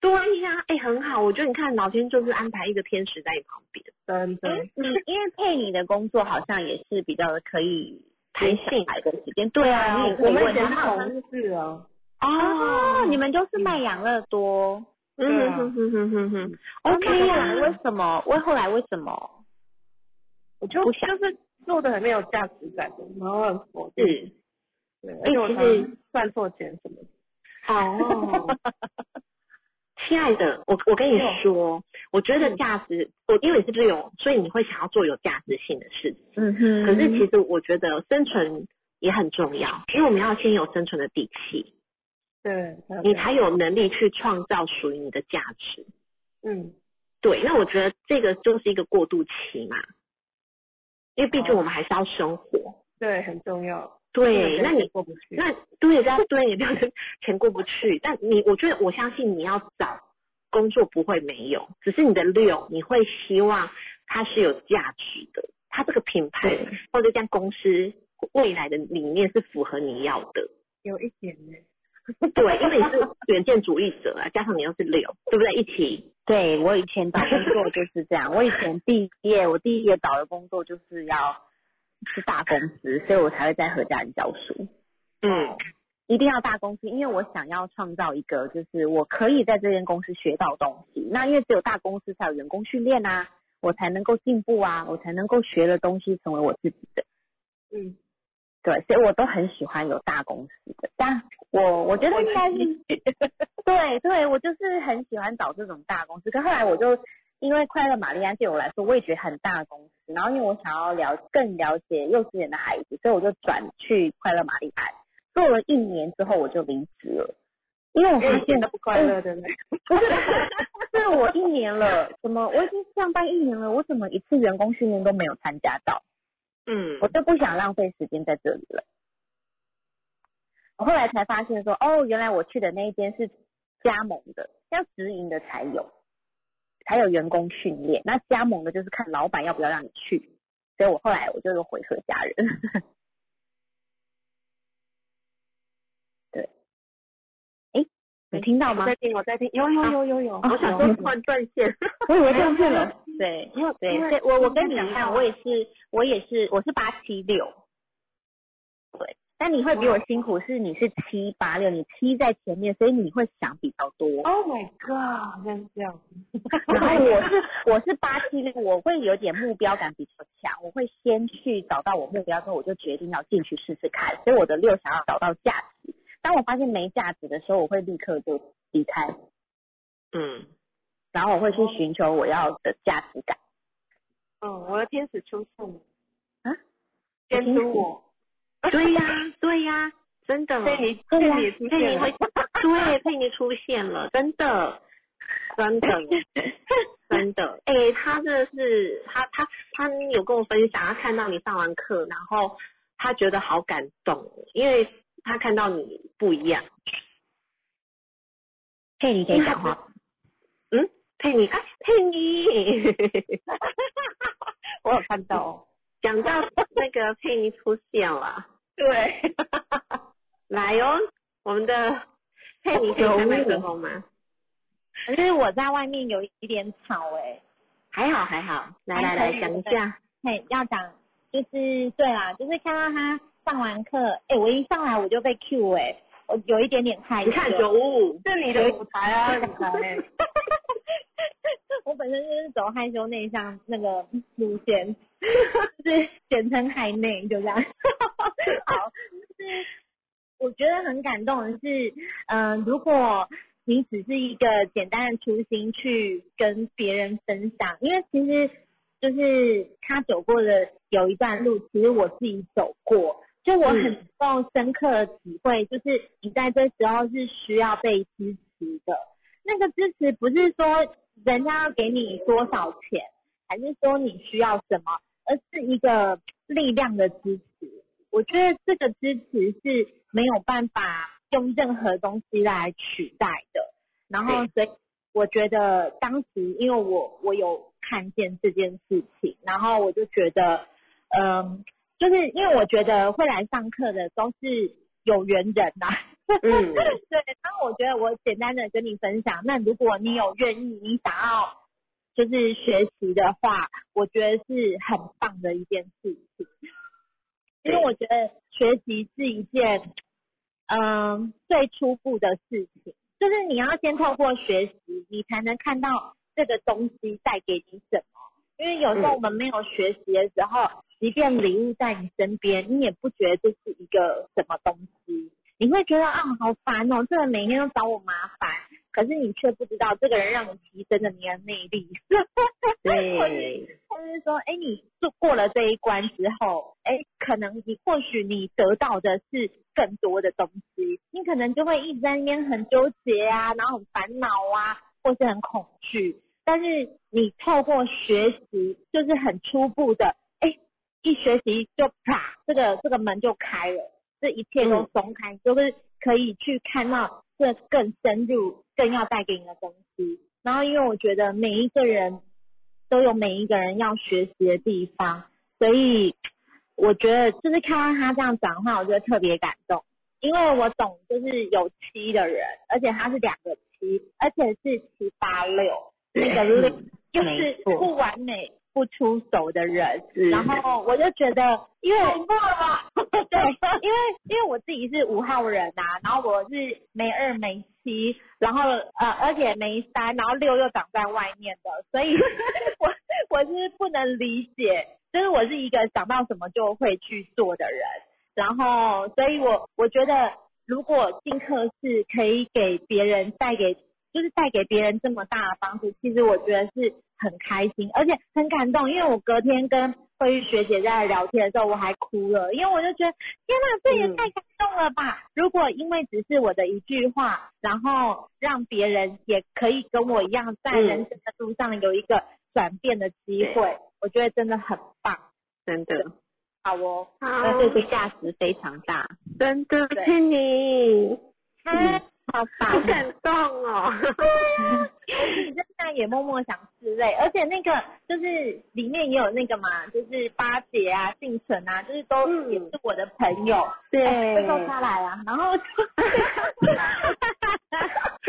S1: 对呀、哎、很好，我觉得你看老天就是安排一个天使在你旁边，
S6: 真的，
S2: 诶
S1: 嗯
S2: 你嗯因为配你的工作好像也是比较可以
S1: 弹
S2: 给
S1: 性
S2: 小孩的时间，对啊，你也可
S6: 我
S2: 以
S6: 们
S2: 问
S6: 以前是
S2: 他
S6: 同事啊，
S2: 哦，你们就是卖养乐多
S1: 嗯
S6: 对啊
S1: 哼哼哼哼哼
S2: 哦那
S1: ，OK
S2: 后
S1: 呀、
S2: 来为什么？为后来为什么？
S6: 我就
S1: 嗯
S6: 就是做的很没有价值感的，然后很佛系，
S2: 嗯
S1: 是
S6: 对，而且我常
S1: 其
S6: 常算错钱什么的，
S1: 哦，亲爱的，我我跟你说，我觉
S2: 嗯
S1: 得价值，我因为你是这种，所以你会想要做有价值性的事情。
S2: 嗯哼
S1: 可是其实我觉得生存也很重要，因为我们要先有生存的底气，
S6: 对，
S1: 你才有能力去创造属于你的价值。
S6: 嗯，
S1: 对，那我觉得这个就是一个过渡期嘛，因为毕
S2: 哦
S1: 竟我们还是要生活。
S6: 对，很重要。
S1: 对，
S6: 这个
S1: 那
S6: 真的
S1: 你
S6: 过不去，
S1: 那对家对，就是钱过不去。但你，我觉得我相信你要找工作不会没有，只是你的六，你会希望它是有价值的，它这个品牌或者这家公司未来的理念是符合你要的。
S6: 有一点呢，
S1: 对，因为你是远见主义者啊，加上你又是六，对不对？一起
S2: 对我以前找工作就是这样，我以前毕业，我第一个找的工作就是要是大公司，所以我才会在何家里教书。
S1: 嗯，
S2: 一定要大公司，因为我想要创造一个，就是我可以在这间公司学到东西。那因为只有大公司才有员工训练啊，我才能够进步啊，我才能够学的东西成为我自己的。
S6: 嗯，
S2: 对，所以我都很喜欢有大公司的，但我我觉得应该是， 对对，我就是很喜欢找这种大公司。可后来我就因为快乐玛丽安对我来说，我也觉得很大的公司，然后因为我想要了更了解幼稚园的孩子，所以我就转去快乐玛丽安，做了一年之后我就离职了，因为我发
S6: 一点
S2: 现
S6: 都不快乐的呢。
S2: 不是， 是我一年了，怎么我已经上班一年了，我怎么一次员工训练都没有参加到？
S1: 嗯
S2: 我就不想浪费时间在这里了。我后来才发现说，哦，原来我去的那一间是加盟的，要直营的才有，才有员工训练。那加盟的就是看老板要不要让你去，所以我后来我就又回合家人。 对，哎，你听到吗
S6: 我？在听，我在听，有嗯有有有有，
S1: 啊
S6: 哎
S1: 我想说突然断线，
S2: 我以为断片了。对，对，
S6: 因为
S2: 对我我跟你一样，我也是，我也是，我是八七六。对，但你会比我辛苦，是你是七八六，你七在前面，所以你会想比较多。
S6: Oh my god，真是这 样子。
S2: 然后我是我是八七六，我会有点目标感比较强，我会先去找到我目标之后，我就决定要进去试试看。所以我的六想要找到价值，当我发现没价值的时候，我会立刻就离开，
S1: 嗯，
S2: 然后我会去寻求我要的价值感。
S6: 嗯，我的天使出现了。
S2: 啊？
S6: 监督我。
S1: 对呀、对呀、真的，
S6: 佩 妮，
S2: 对
S6: 佩
S2: 呀
S6: 妮也出
S1: 佩
S6: 现
S1: 妮会
S6: 了。，
S1: 对，佩妮出现了，真的，真的，真的，哎、他真的是，他他他有跟我分享，他看到你上完课，然后他觉得好感动，因为他看到你不一样。
S2: 嘿，你可以讲话。
S1: 嗯，佩妮，啊、佩妮，
S6: 我有看到哦。
S1: 讲到那个佩妮出现了，
S6: 对。
S1: 来哦，我们的佩妮可以开麦克风吗？
S2: 可是我在外面有一点吵哎、
S1: 还好还好，来来来，讲一下，
S2: 嘿，要讲就是对啦，就是看到他上完课，哎、我一上来我就被 Q 哎、我有一点点害羞。
S1: 哎你看九五五，
S6: 是你的舞台啊，舞台。
S2: 我本身就是走害羞内向那个路线，就是简称海内，就这样。好，就是我觉得很感动的是，嗯、如果你只是一个简单的初心去跟别人分享，因为其实就是他走过的有一段路，其实我自己走过，就我很能够深刻的体会，就是你在这时候是需要被支持的。那个支持不是说人家要给你多少钱，还是说你需要什么，而是一个力量的支持。我觉得这个支持是没有办法用任何东西来取代的。然后，所以我觉得当时因为我我有看见这件事情，然后我就觉得，嗯，就是因为我觉得会来上课的都是有缘人呐、
S1: 嗯，
S2: 对，然后我觉得我简单的跟你分享，那如果你有愿意，你想要就是学习的话，我觉得是很棒的一件事情，因为我觉得学习是一件嗯、最初步的事情，就是你要先透过学习，你才能看到这个东西带给你什么。因为有时候我们没有学习的时候，即便礼物在你身边，你也不觉得这是一个什么东西。你会觉得啊，好烦哦，这个人每天都找我麻烦，可是你却不知道这个人让你提升了你的魅力。 或 者
S1: 对，
S2: 他就是说，哎，你就过了这一关之后，哎，可能你或许你得到的是更多的东西，你可能就会一直在那边很纠结啊，然后很烦恼啊，或是很恐惧。但是你透过学习，就是很初步的，哎，一学习就啪，这个这个门就开了，这一切都松开，就是可以去看到这更深入、更要带给你的东西。然后，因为我觉得每一个人都有每一个人要学习的地方，所以我觉得就是看到他这样讲话，我觉得特别感动，因为我懂就是有七的人，而且他是两个七，而且是七八六，那个六就是不完美、不出手的人。然后我就觉得，因为过了， 对，因为因为我自己是五号人呐、然后我是梅二梅七，然后呃，而且梅三，然后六又长在外面的，所以我我是不能理解，就是我是一个想到什么就会去做的人，然后所以我我觉得如果进课是可以给别人带给就是带给别人这么大的帮助，其实我觉得是很开心，而且很感动。因为我隔天跟慧玉学姐在聊天的时候，我还哭了，因为我就觉得天哪，这也太感动了吧！如果因为只是我的一句话，然后让别人也可以跟我一样在人生的路上有一个转变的机会，我觉得真的很棒。
S4: 真的，
S2: 好哦，
S4: 那这个价值非常大，真的
S2: 对
S4: 佩妮，
S2: 嗨，嗯好
S4: 好
S2: 棒！
S4: 感动哦。
S2: 我自己在也默默想之类，而且那个就是里面也有那个嘛，就是八姐啊、幸存啊，就是都
S4: 嗯
S2: 也是我的朋友，
S4: 对
S2: 哎会送他来啊，然后就，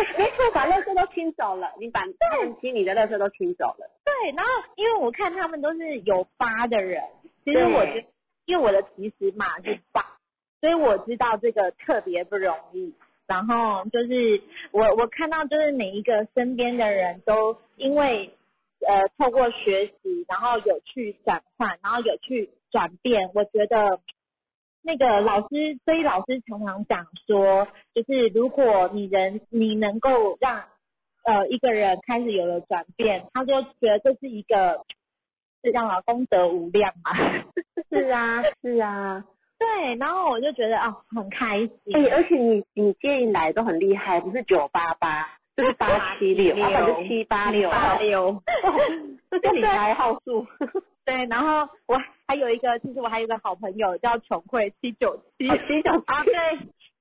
S1: 没错，把垃圾都清走了，你把他们清理的垃圾都清走了，
S2: 对，然后因为我看他们都是有八的人，其实
S1: 对
S2: 我觉得，因为我的其实嘛是八，所以我知道这个特别不容易。然后就是我我看到就是每一个身边的人都因为呃透过学习，然后有去转换，然后有去转变，我觉得那个老师，所以老师常常讲说，就是如果你人你能够让呃一个人开始有了转变，他就觉得这是一个是让啊功德无量嘛。
S4: 是啊，是啊，
S2: 对，然后我就觉得哦很开心。
S1: 哎、而且你你接引来都很厉害，不是九八八，就是八七
S4: 876
S1: 六，啊，不是七八六，
S2: 六，
S1: 这是理财号数，
S2: 对，然后我还有一个，其实我还有一个好朋友叫琼慧七九七
S1: 七九
S2: 啊，对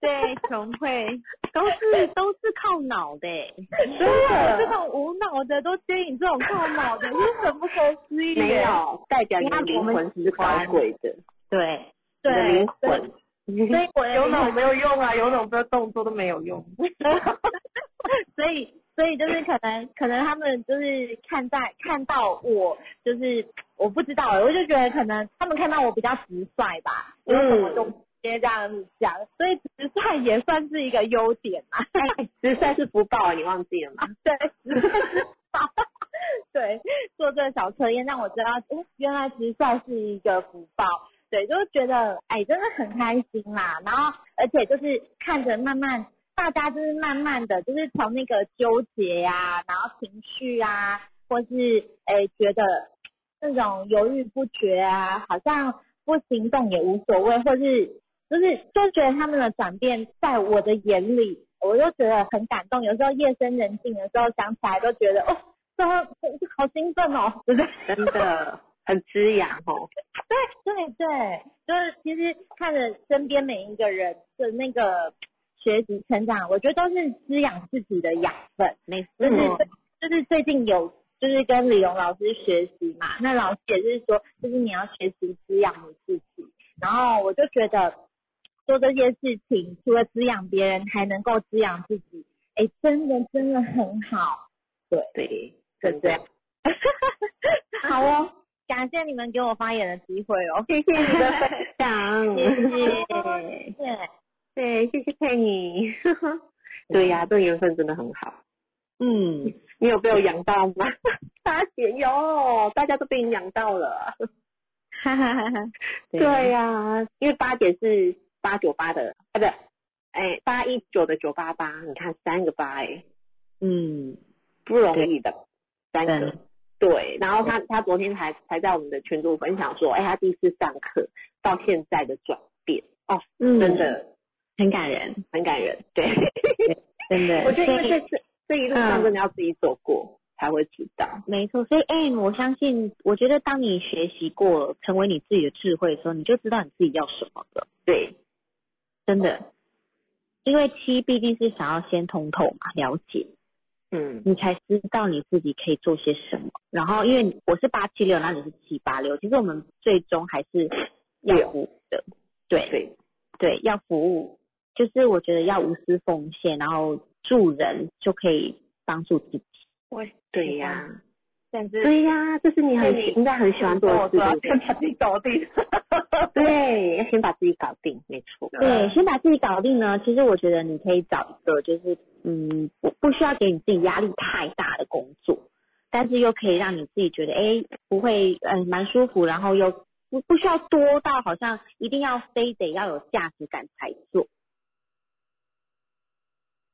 S2: 对，琼慧
S4: 都是都是靠脑的耶，
S2: 对啊，这种无脑的都接引这种靠脑的，是很不可思议。
S1: 没，有代表你的灵魂是高贵的，
S4: 对，
S1: 你的
S2: 对
S1: 灵，魂，
S2: 所以我
S6: 有脑没有用啊，有脑不要动作都没有用。
S2: 所以所以就是可能可能他们就是看在看到我就是我不知道，欸我就觉得可能他们看到我比较直率吧， 有什
S1: 嗯
S2: 么就直接这样子讲，所以直率也算是一个优点啊嘛。
S1: 实在是福报，你忘记了吗？
S2: 对， 对，做这个小测验让我知道，哎，原来直率是一个福报。对，就是觉得哎，真的很开心啦。然后，而且就是看着慢慢，大家就是慢慢的，就是从那个纠结呀、然后情绪啊，或是哎觉得那种犹豫不决啊，好像不行动也无所谓，或是就是就觉得他们的转变在我的眼里，我就觉得很感动。有时候夜深人静的时候想起来，都觉得哦，这这好兴奋哦，对不对？
S1: 真的很滋养哦。
S2: 对对，就是其实看着身边每一个人的那个学习成长，我觉得都是滋养自己的养分。
S4: 没
S2: 就
S4: 错
S2: 是，就是最近有就是跟李荣老师学习嘛，那老师也是说，就是你要学习滋养你自己。然后我就觉得做这些事情，除了滋养别人，还能够滋养自己，哎，真的真的很好，对对，就这样。 好哦，感谢你们给我发言的机会 哦，
S7: 谢谢你的分享，
S2: 谢谢。
S7: 对，谢谢佩妮。
S1: 对呀、这缘分真的很好。
S7: 嗯，
S1: 你有被我养到吗？ 大姐有，大家都被你养到了。
S2: 哈哈哈哈，
S1: 对啊呀、因为八姐是八九八的，啊不，哎八一九的九八八，你看三个八哎、
S7: 嗯，
S1: 不容易的，三个
S7: 对。
S1: 对，然后他他昨天才才在我们的群组分享说，哎，他第一次上课到现在的转变，哦，
S7: 嗯
S1: 真的
S7: 很感人，
S1: 很感人。对，
S7: 真的。
S1: 我觉得因
S7: 所
S1: 为
S7: 以
S1: 这这这一路上真的要自己走过、才会知道。
S2: 没错，所以 M，我相信，我觉得当你学习过了，成为你自己的智慧的时候，你就知道你自己要什么了，
S1: 对，
S2: 真的。因为七毕竟是想要先通透嘛，了解，
S1: 嗯，
S2: 你才知道你自己可以做些什么。然后，因为我是八七六，那你是七八六，其实我们最终还是要
S8: 哦
S2: 服务的，对
S1: 对
S2: 对，要服务，就是我觉得要无私奉献，然后助人就可以帮助自己。
S1: 对呀、
S8: 但是
S1: 对呀、这是你很
S8: 所以你
S1: 应该很喜欢做的事
S8: 我要
S1: 情
S8: 先。把自己搞 定。
S1: 对，要先把自己搞定，没错。
S2: 对，先把自己搞定呢。其实我觉得你可以找一个，就是嗯，不不需要给你自己压力太大的工作，但是又可以让你自己觉得，哎，不会，嗯，蛮舒服，然后又不不需要多到好像一定要非得要有价值感才做。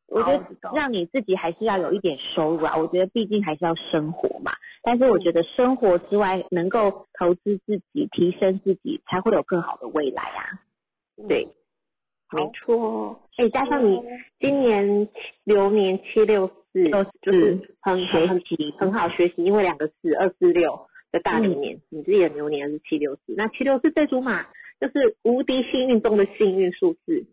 S2: 我觉得让你自己还是要有一点收入啊，我觉得毕竟还是要生活嘛。但是我
S8: 嗯
S2: 觉得生活之外，能够投资自己、提升自己，才会有更好的未来啊。
S1: 对，没错。哎、加上你
S8: 嗯
S1: 今年流年七六四，就是很很很很好学习，因为两个四二四六的大流年，你自己的流年是七六四，那七六四这组码就是无敌幸运中的幸运数字，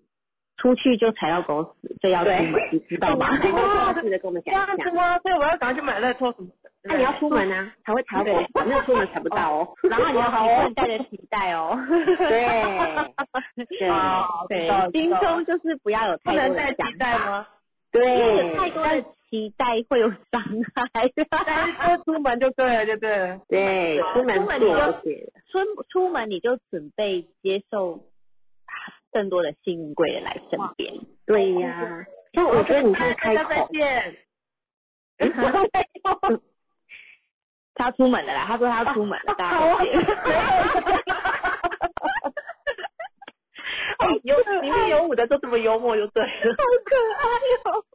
S2: 出去就踩到狗屎，这要出门，你知 道吗？
S1: 然
S8: 啊
S1: 后试着跟我们
S8: 这
S1: 讲
S8: 样
S1: 一
S8: 子
S1: 下。
S8: 吗？所以我要赶快去买乐透什么的。
S1: 那、你要出门啊啊，才会踩到狗屎，没有出门踩不到哦。
S8: 啊
S2: 然后你要好好带着期待哦。
S1: 对，对
S2: 对
S8: 哦知道，
S2: 心中就是不要有
S8: 不
S2: 太
S8: 能
S2: 多
S8: 再
S2: 的
S8: 期
S2: 想
S8: 待
S2: 法，
S8: 吗？
S2: 因为
S1: 对，
S2: 太多的期待会有伤害。
S8: 但是多出门就对了，就对了。
S1: 对，出门
S2: 出门
S1: 做
S2: 你就
S1: 这些，
S2: 出出门你就准备接受更多的幸运贵人来身边。
S1: 对呀。像我觉得你看开
S8: 大家再
S1: 口，
S8: 见。
S2: 他出门了啦，他说他出门了，大家再见。
S1: 哦，有里面有五的都这么幽默，就对了。 好可爱哦！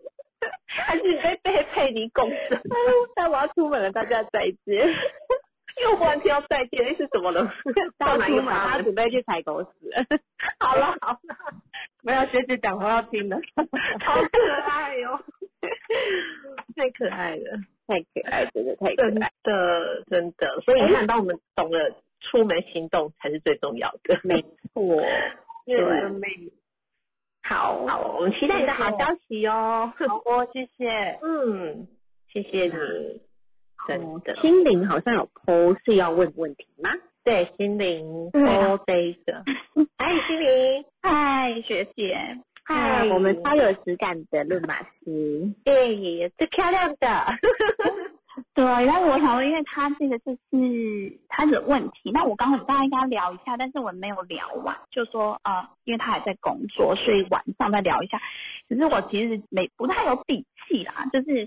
S1: 还是被被佩妮共振。
S2: 但我要出门了，大家再见。
S1: 又忽然听到再见，是怎么了？
S2: 他
S1: 到哪一
S2: 出
S1: 个
S2: 门，
S1: 阀
S2: 他
S1: 门
S2: 准备去踩狗屎。
S1: 好了好了，
S8: 没有学姐讲话要 听的。
S1: 好可爱哟、
S7: 太可爱了，
S1: 太可爱，真的太可
S7: 真
S1: 爱。
S7: 的真的。
S1: 所以你看，当我们懂了出门行动才是最重要的。没 错，
S8: 谢谢你的魅力。
S1: 好，好，我们期待你的好消息哦。
S8: 好哦，谢谢。
S1: 嗯，谢谢你，真的。
S2: 心灵好像有 PO 是要问问题吗？
S1: 对心灵
S2: 对啊
S1: 哦，这一个，哎，心灵，
S2: 嗨，学姐，
S1: 嗨
S2: 我们超有质感的论马斯，
S1: 对，最漂亮 的，
S3: 对，然后我想说，因为他这个就是他的问题，那我刚好大家应该聊一下，但是我没有聊完，就说呃，因为他还在工作，所以晚上再聊一下。只是我其实没不太有底气啦，就是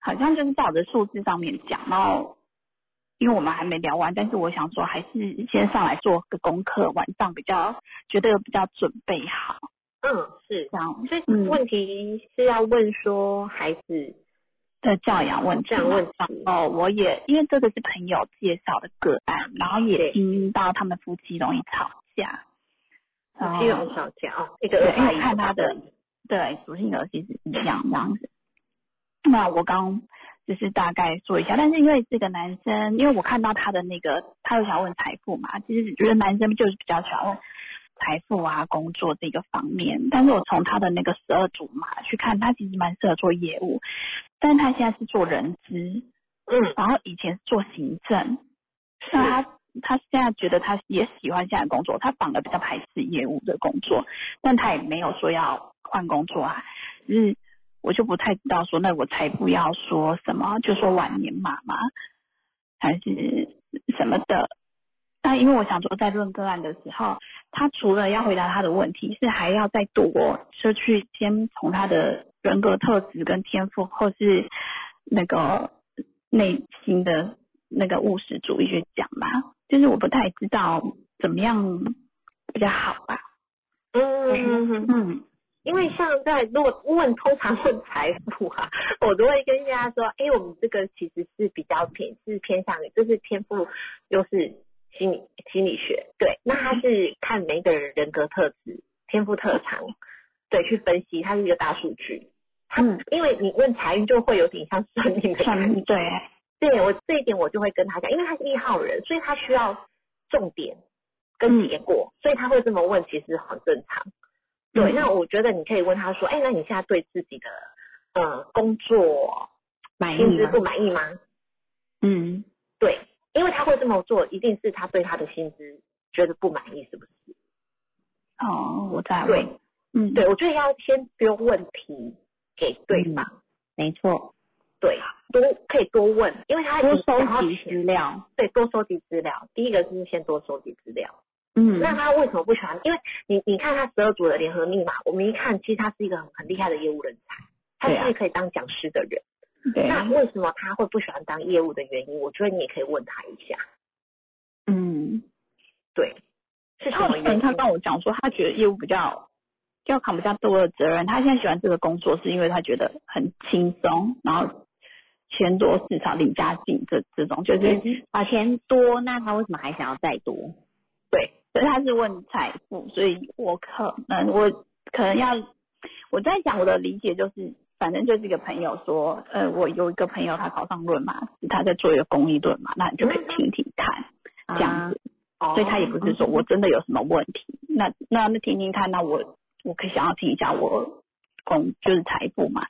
S3: 好像就是在我的数字上面讲，然后因为我们还没聊完，但是我想说还是先上来做个功课，晚上比较觉得比较准备好
S1: 嗯，是。
S3: 这样
S1: 所以
S3: 嗯
S1: 问题是要问说孩子，
S3: 的教养问题
S1: 教
S3: 嘛。
S1: 养问题
S3: 哦，我也因为这个是朋友介绍的个案，然后
S1: 对
S3: 也听到他们夫妻容易吵架。
S1: 夫妻容易
S3: 哦
S1: 吵架哦，一个
S3: 对，因
S1: 二
S3: 为
S1: 一
S3: 我看他的对属性格其实一样这样子。那我刚只是大概说一下，但是因为这个男生，因为我看到他的那个，他有想问财富嘛，其实觉得男生就是比较喜欢问财富啊、工作这个方面。但是我从他的那个十二组嘛去看，他其实蛮适合做业务，但是他现在是做人资，
S1: 嗯，
S3: 然后以前是做行政，那他
S9: 他现在觉得他也喜欢现在的工作，他反而比较排斥业务的工作，但他也没有说要换工作啊，就是我就不太知道说，那我才不要说什么，就说晚年妈妈还是什么的。但因为我想说，在论个案的时候，他除了要回答他的问题，是还要再多就去先从他的人格特质跟天赋，或是那个内心的那个务实主义去讲吧。就是我不太知道怎么样比较好吧。
S2: 嗯，
S9: 嗯，
S2: 因为像在如果问通常问财富啊， 我都会跟大家说，哎、我们这个其实是比较偏是偏向于，这是天赋又是心理心理学，对，那它是看每个人人格特质、天赋特长，对，去分析，它是一个大数据。它
S9: 嗯
S2: 因为你问财运就会有点像算命的
S9: 算
S2: 感觉
S9: 命，对，
S2: 对我这一点我就会跟他讲，因为他是一号人，所以他需要重点
S1: 嗯
S2: 跟结果，所以他会这么问，其实很正常。对，
S9: 嗯
S2: 那我觉得你可以问他说，哎，那你现在对自己的呃工作
S1: 满
S2: 薪
S1: 意
S2: 资
S1: 吗？
S2: 不满意吗？
S1: 嗯，
S2: 对，因为他会这么做，一定是他对他的薪资觉得不满意，是不是？
S9: 哦，我在问
S2: 对，
S9: 嗯，
S2: 对，我觉得要先丢问题给对方，
S1: 嗯没错，
S2: 对，多可以多问，因为他
S1: 多
S2: 已经想
S1: 收
S2: 要
S1: 集
S2: 钱
S1: 资料。
S2: 对，多收集资料。第一个就是先多收集资料。
S1: 嗯
S2: 那他为什么不喜欢？因为你你看他十二组的联合密码，我们一看，其实他是一个很很厉害的业务人才，
S9: 对啊
S2: 他是可以当讲师的人。
S9: 对，
S2: 嗯那为什么他会不喜欢当业务的原因？我觉得你也可以问他一下，
S9: 嗯，
S2: 对，是什
S9: 他
S2: 么原因？
S9: 他跟我讲说，他觉得业务比较要扛比较多的责任。他现在喜欢这个工作，是因为他觉得很轻松，然后钱多事少，离家近这这种，
S2: 嗯
S9: 就是
S1: 把钱多，那他为什么还想要再多？
S9: 所以他是问财富，所以我可能我可能要我在讲我的理解就是，反正就是一个朋友说，呃，我有一个朋友他考上论嘛，他在做一个公益论嘛，那你就可以听听看这样子，所以他也不是说我真的有什么问题，那那那听听看，那我我可以想要听一下我公就是财富嘛，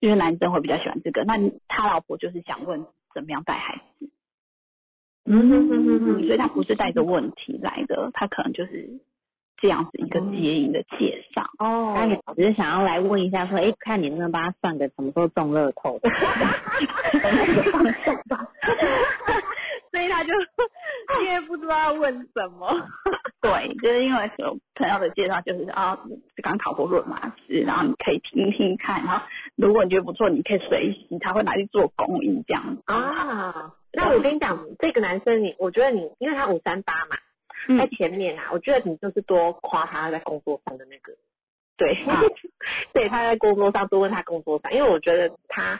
S9: 因为男生会比较喜欢这个，那你他老婆就是想问怎么样带孩子。嗯，所以他不是带着问题来的，他可能就是这样子一个接引的介绍。
S1: 哦，他也只是想要来问一下，说，哎，看你能不能帮他算个什么时候中乐 透？
S10: 所以他就因为不知道要问什么，
S9: 对，就是因为有朋友的介绍，就是啊，刚考过论马师，然后你可以听听看，然后如果你觉得不错，你可以随喜，他会拿去做公益这样子。
S2: 啊，那我跟你讲，这个男生你，我觉得你，因为他五三八嘛，
S9: 嗯
S2: 在前面啊，我觉得你就是多夸他在工作上的那个，对，
S9: 啊
S2: 对，他在工作上多问他工作上，因为我觉得他，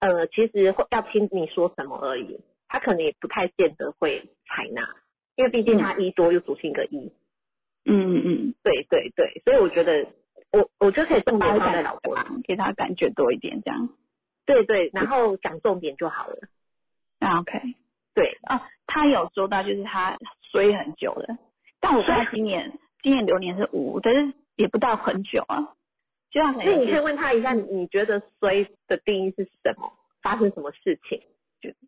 S2: 呃，其实会要听你说什么而已，他可能也不太见得会采纳，因为毕竟他一多又属性一个一，
S9: 嗯嗯
S2: 对对对，所以我觉得我我觉得可以重点放在老婆，
S9: 嗯，给他感觉多一点这样。
S2: 对对，然后讲重点就好了，
S9: 那 OK。
S2: 对，
S9: 哦，他有说到，就是他衰很久了，但我不知道今年今年流年是五，但是也不到很久啊，就他可能
S2: 所以
S9: 也
S2: 你可以
S9: 是
S2: 问他一下，你
S9: 嗯
S2: 你觉得衰的定义是什么？发生什么事情？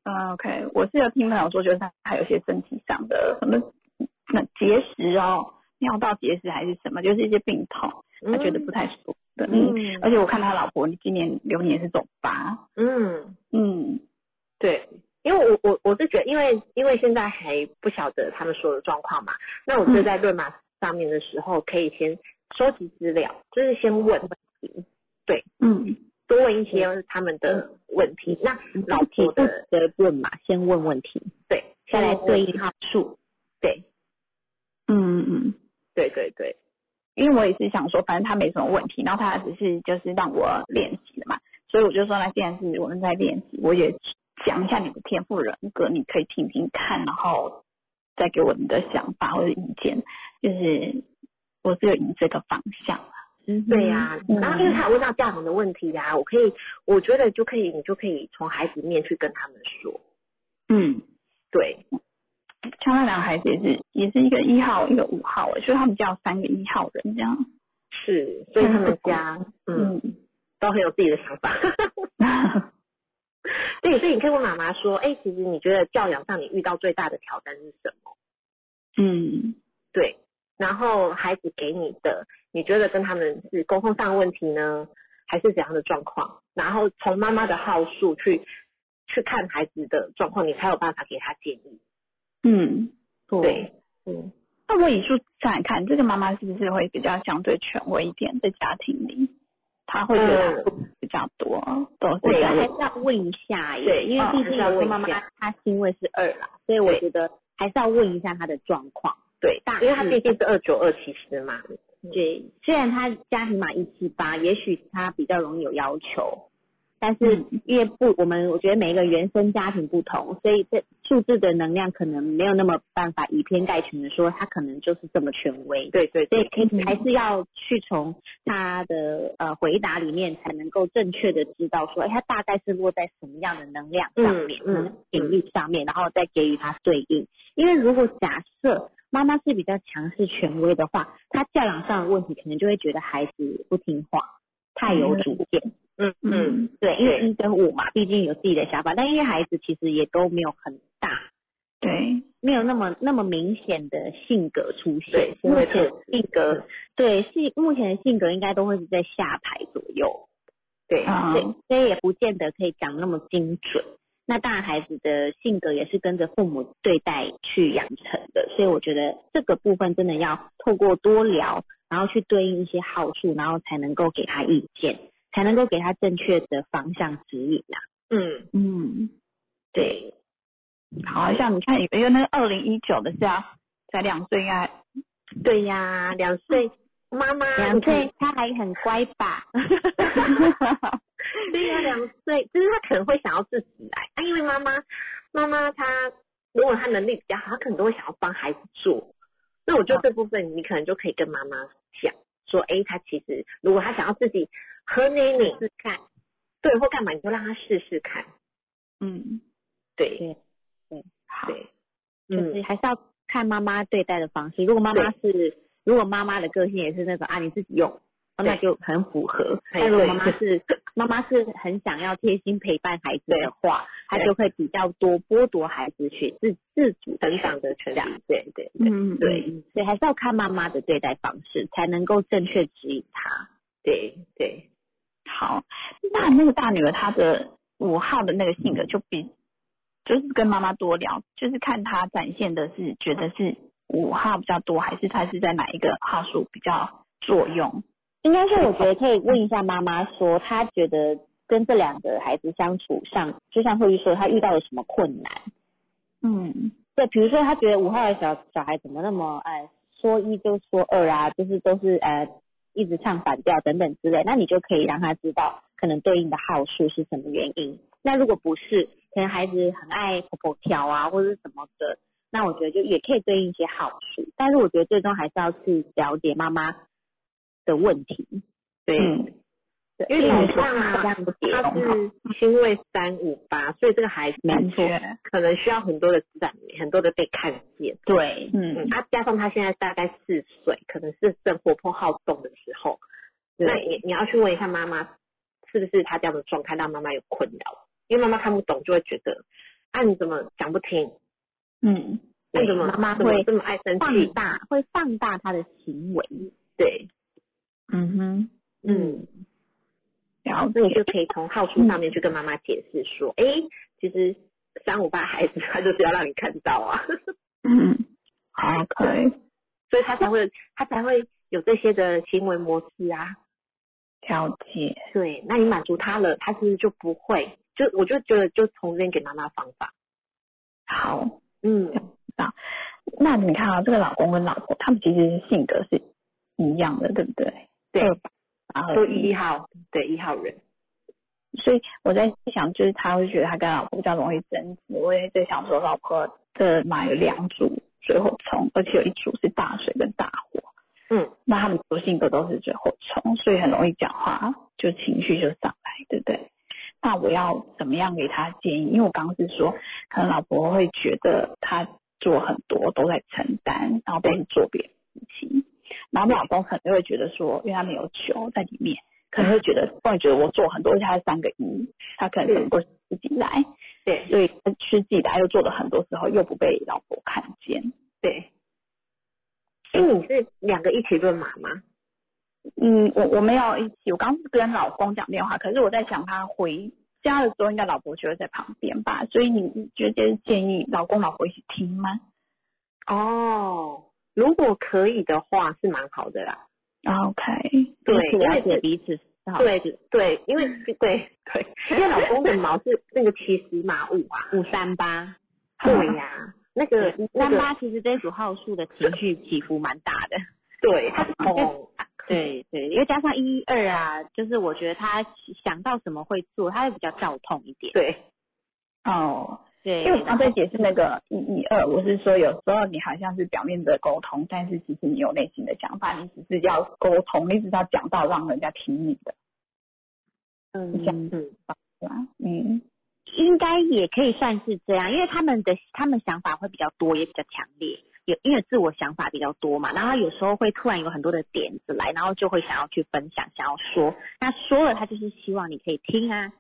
S9: 嗯 OK，我是有听朋友说，就是他还有一些身体上的什么那结石哦，尿道结石还是什么，就是一些病痛，他觉得不太舒服的。嗯，而且我看他老婆，你今年流年是走八，
S2: 嗯，
S9: 嗯，
S2: 对，因为我我我是觉得，因为因为现在还不晓得他们所有的状况嘛，那我就在论马上面的时候，可以先收集资料，就是先问问题，
S9: 嗯，
S2: 多问一些他们的问题。那老婆的
S9: 嗯
S1: 的问嘛，先问问题，
S2: 对，
S1: 再来对应
S2: 他，
S1: 他数。
S2: 对
S9: 嗯嗯嗯。
S2: 对对对，
S9: 因为我也是想说，反正他没什么问题，然后他只是就是让我练习的嘛，所以我就说，那既然是我们在练习，我也讲一下你的天赋人格，你可以听听看，然后再给我你的想法或者意见，就是我只有以这个方向。
S2: 对呀、然后因为他有问到家长的问题呀、我可以，我觉得就可以，你就可以从孩子面去跟他们说，
S9: 嗯，
S2: 对，
S9: 像那两个孩子也是，也是一个一号，一个五号，所以他们家有三个一号人这样。
S2: 是，所以他们家嗯
S9: 嗯，
S2: 都很有自己的想 法。对，所以你可以问妈妈说，哎、其实你觉得教养上你遇到最大的挑战是什么？
S9: 嗯，
S1: 对，然后孩子给你的，你觉得跟他们是沟通上的问题呢，还是怎样的状况？然后从妈妈的号数去去看孩子的状况，你才有办法给他建议。
S9: 嗯，
S1: 对，嗯，
S9: 那我以数看看，这个妈妈是不是会比较相对权威一点，在家庭里，她会觉
S2: 嗯
S9: 得比较多，都是
S2: 我
S9: 这
S2: 觉得还
S9: 样
S2: 是要问一下耶，
S1: 对
S2: 因为毕
S1: 还
S2: 竟
S1: 是要
S2: 我
S1: 问一
S2: 妈妈
S1: 下
S2: 她星位是二啦，所以我
S1: 对
S2: 觉得还是要问一下她的状况。
S1: 对
S2: 大，嗯
S1: 因为他
S2: 致
S1: 毕竟是二九二七师嘛，
S2: 对，虽然她家庭码一七八，也许她比较容易有要求，但是
S1: 嗯
S2: 因为不，我们我觉得每一个原生家庭不同，所以这数字的能量可能没有那么办法以偏概全的说，她可能就是这么权威。
S1: 对对
S2: 所
S1: 对
S2: 以可以还是要去从他的呃回答里面，才能够正确的知道说，哎，他大概是落在什么样的能量上面，
S1: 嗯嗯
S2: 能量领域上面，然后再给予他对应。因为如果假设妈妈是比较强势权威的话，她教养上的问题可能就会觉得孩子不听话，太有主见。
S1: 嗯嗯，
S9: 嗯
S2: 对，因为一跟五嘛，毕竟有自己的想法，但因为孩子其实也都没有很大
S9: 对，
S2: 没有那么那么明显的性格出现。
S1: 对行
S2: 目
S1: 为
S2: 前
S1: 特质
S2: 性格对性目前的性格应该都会是在下排左右，
S1: 对，
S9: 啊
S2: 对，所以也不见得可以讲那么精准。那当然，孩子的性格也是跟着父母对待去养成的，所以我觉得这个部分真的要透过多聊，然后去对应一些好处，然后才能够给他意见，才能够给他正确的方向指引啊。
S1: 嗯，
S9: 嗯，
S2: 对，
S9: 好像你看，因为那个二零一九的是要才两岁，应该
S1: 对呀，啊两岁妈妈
S2: 两岁他还很乖 吧？
S1: 对呀，两岁，就是他可能会想要自己来，啊、因为妈妈，妈妈她如果她能力比较好，她可能都会想要帮孩子做。那我
S9: 哦
S1: 觉得这部分你可能就可以跟妈妈讲说，哎，她其实如果她想要自己喝奶奶试试看，对，或干嘛，你就让她试试看。
S9: 嗯，
S1: 对
S2: 对对
S9: 好
S1: 对，
S2: 就是
S1: 嗯，
S2: 还是要看妈妈对待的方式。如果妈妈是，如果妈妈的个性也是那种啊你自己用，哦那
S1: 对
S2: 就很符合。
S1: 哎
S2: 但如
S1: 对
S2: 果妈妈 是妈妈是很想要贴心陪伴孩子的话，她
S1: 对
S2: 就会比较多剥夺孩子去自自主
S1: 成长的权
S2: 权利
S1: 利，对对对
S9: 嗯，
S2: 哎对，所以还是要看妈妈的对待方式，才能够正确指引她。
S1: 对对，
S9: 好，那那个大女儿她的五号的那个性格就比，就是跟妈妈多聊，就是看她展现的是觉得是五号比较多，还是她是在哪一个号数比较作用？
S2: 应该是我觉得可以问一下妈妈说，她觉得跟这两个孩子相处上，就像慧玉说，她遇到了什么困难。
S9: 嗯
S2: 对，比如说他觉得五号的小小孩怎么那么呃说一就说二啊，就是都是呃一直唱反调等等之类，那你就可以让他知道可能对应的号数是什么原因。那如果不是，可能孩子很爱婆婆跳啊或者是什么的，那我觉得就也可以对应一些号数，但是我觉得最终还是要去了解妈妈的问题。
S1: 对
S9: 嗯
S2: 对
S1: 因为
S2: 我
S1: 你
S2: 觉得
S1: 像啊
S2: 这样子解
S1: 他
S2: 释
S1: 是星位三五八，所以这个孩子
S9: 没错
S1: 可能需要很多的指导，很多的被看见。
S2: 对，
S1: 嗯，
S9: 嗯
S1: 他、加上他现在大概四岁，可能是正活泼好动的时候，
S2: 对
S1: 那你你要去问一下妈妈，是不是他这样的状态让妈妈有困扰？因为妈妈看不懂，就会觉得啊你怎么讲不听？哎
S9: 嗯
S1: 那怎么
S2: 妈妈
S1: 怎么
S2: 会
S1: 这么爱生
S2: 放
S1: 气？嗯
S2: 大会放大他的行为。
S1: 对，
S9: 嗯哼，
S1: 嗯，
S9: 了解
S1: 那你就可以从号数上面去跟妈妈解释说，哎、其实三五八孩子他就是要让你看到啊，
S9: 嗯，好可以
S1: 所以他才会他才会有这些的行为模式啊。
S9: 了解，
S1: 对，那你满足他了，他是不是就不会？就我就觉得，就从这边给妈妈方法。
S9: 好。
S1: 嗯，
S9: 那你看啊，这个老公跟老婆，他们其实性格是一样的，对不对？
S1: 对
S9: 二八，然
S2: 嗯
S9: 后
S1: 都一号，对一号人，
S9: 所以我在想，就是他会觉得他跟老婆比较容易争执。我也在想说，老婆这嘛有两组水火冲，而且有一组是大水跟大火。
S1: 嗯，
S9: 那他们多性格都是水火冲，所以很容易讲话，就情绪就上来，对不对？那我要怎么样给他建议？因为我刚刚是说，可能老婆会觉得他做很多都在承担，然后都是做别人的事情，然后老公可能会觉得说，因为他们有球在里面，可能会觉得，突然觉得我做很多，而且他是三个一，他可能什么都是自己来，
S1: 对
S9: 所以他是自己来又做了很多时候又不被老婆看见，
S1: 对哎，你是两个一起论马吗？
S9: 嗯，我我没有一起，我刚跟老公讲电话，可是我在想他回家的时候，应该老婆就会在旁边吧，所以你觉得建议老公老婆一起听吗？
S1: 哦，如果可以的话是蛮好的啦。
S9: OK，
S1: 对，
S2: 彼此
S1: 因
S2: 了
S1: 为
S2: 解彼此是好
S1: 对对，因 为对对，因为老公的毛是那个骑石马物啊，
S2: 五三八，
S1: 对 呀、那个那
S2: 三
S1: 个
S2: 八其实这组号数的情绪起伏蛮大的。
S1: 对，哦他是从
S2: 对对，因为加上一二啊，就是我觉得他想到什么会做，他会比较照痛一点。
S1: 对
S9: 哦，
S2: 对，
S9: 因为我刚才解释那个一一二，我是说有时候你好像是表面的沟通，但是其实你有内心的想法，你只是要沟通，你只是要讲到让人家听你的，
S1: 嗯
S9: 讲
S1: 嗯
S9: 对吧？嗯，
S2: 应该也可以算是这样，因为他们的他们想法会比较多，也比较强烈，有因为自我想法比较多嘛，然后有时候会突然有很多的点子来，然后就会想要去分享，想要说，那说了他就是希望你可以听啊，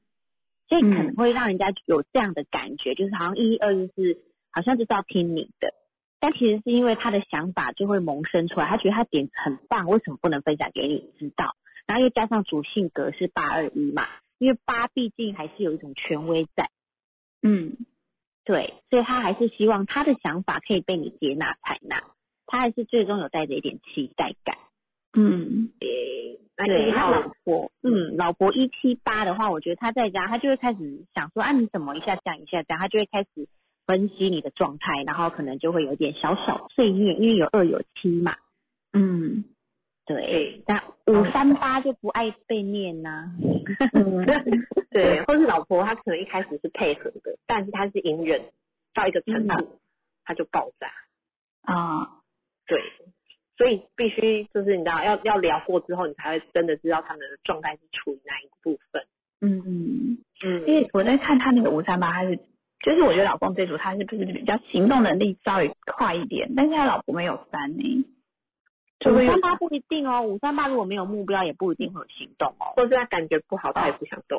S2: 所以可能会让人家有这样的感觉，就是好像一二就是好像就是要听你的，但其实是因为他的想法就会萌生出来，他觉得他点子很棒，为什么不能分享给你知道？然后又加上主性格是八二一嘛，因为八毕竟还是有一种权威在，
S9: 嗯，
S2: 对，所以他还是希望他的想法可以被你接纳采纳，他还是最终有带着一点期待感。
S9: 嗯，
S2: 对，那老
S1: 好
S2: 婆，嗯，老婆一七八的话，我觉得他在家，他就会开始想说，啊，你怎么一下这样一下这样，他就会开始分析你的状态，然后可能就会有点小小碎念，因为有二有七嘛，
S9: 嗯，
S2: 对，那五三八就不爱被念呐、
S1: 对，或是老婆她可能一开始是配合的，但是她是隐忍到一个程度，她就爆炸。
S9: 啊，
S1: 对，所以必须就是你知道要要聊过之后，你才会真的知道他们的状态是处于哪一个部分。
S9: 嗯嗯。
S1: 嗯，
S9: 因为我在看他那个五三八，他是就是我觉得老公这组他是不是比较行动能力稍微快一点，但是他老婆没有三呢、就
S2: 五
S9: 会有
S2: 三八不一定哦，五三八如果没有目标，也不一定会有行动哦。
S1: 或是她感觉不好，她也不想动。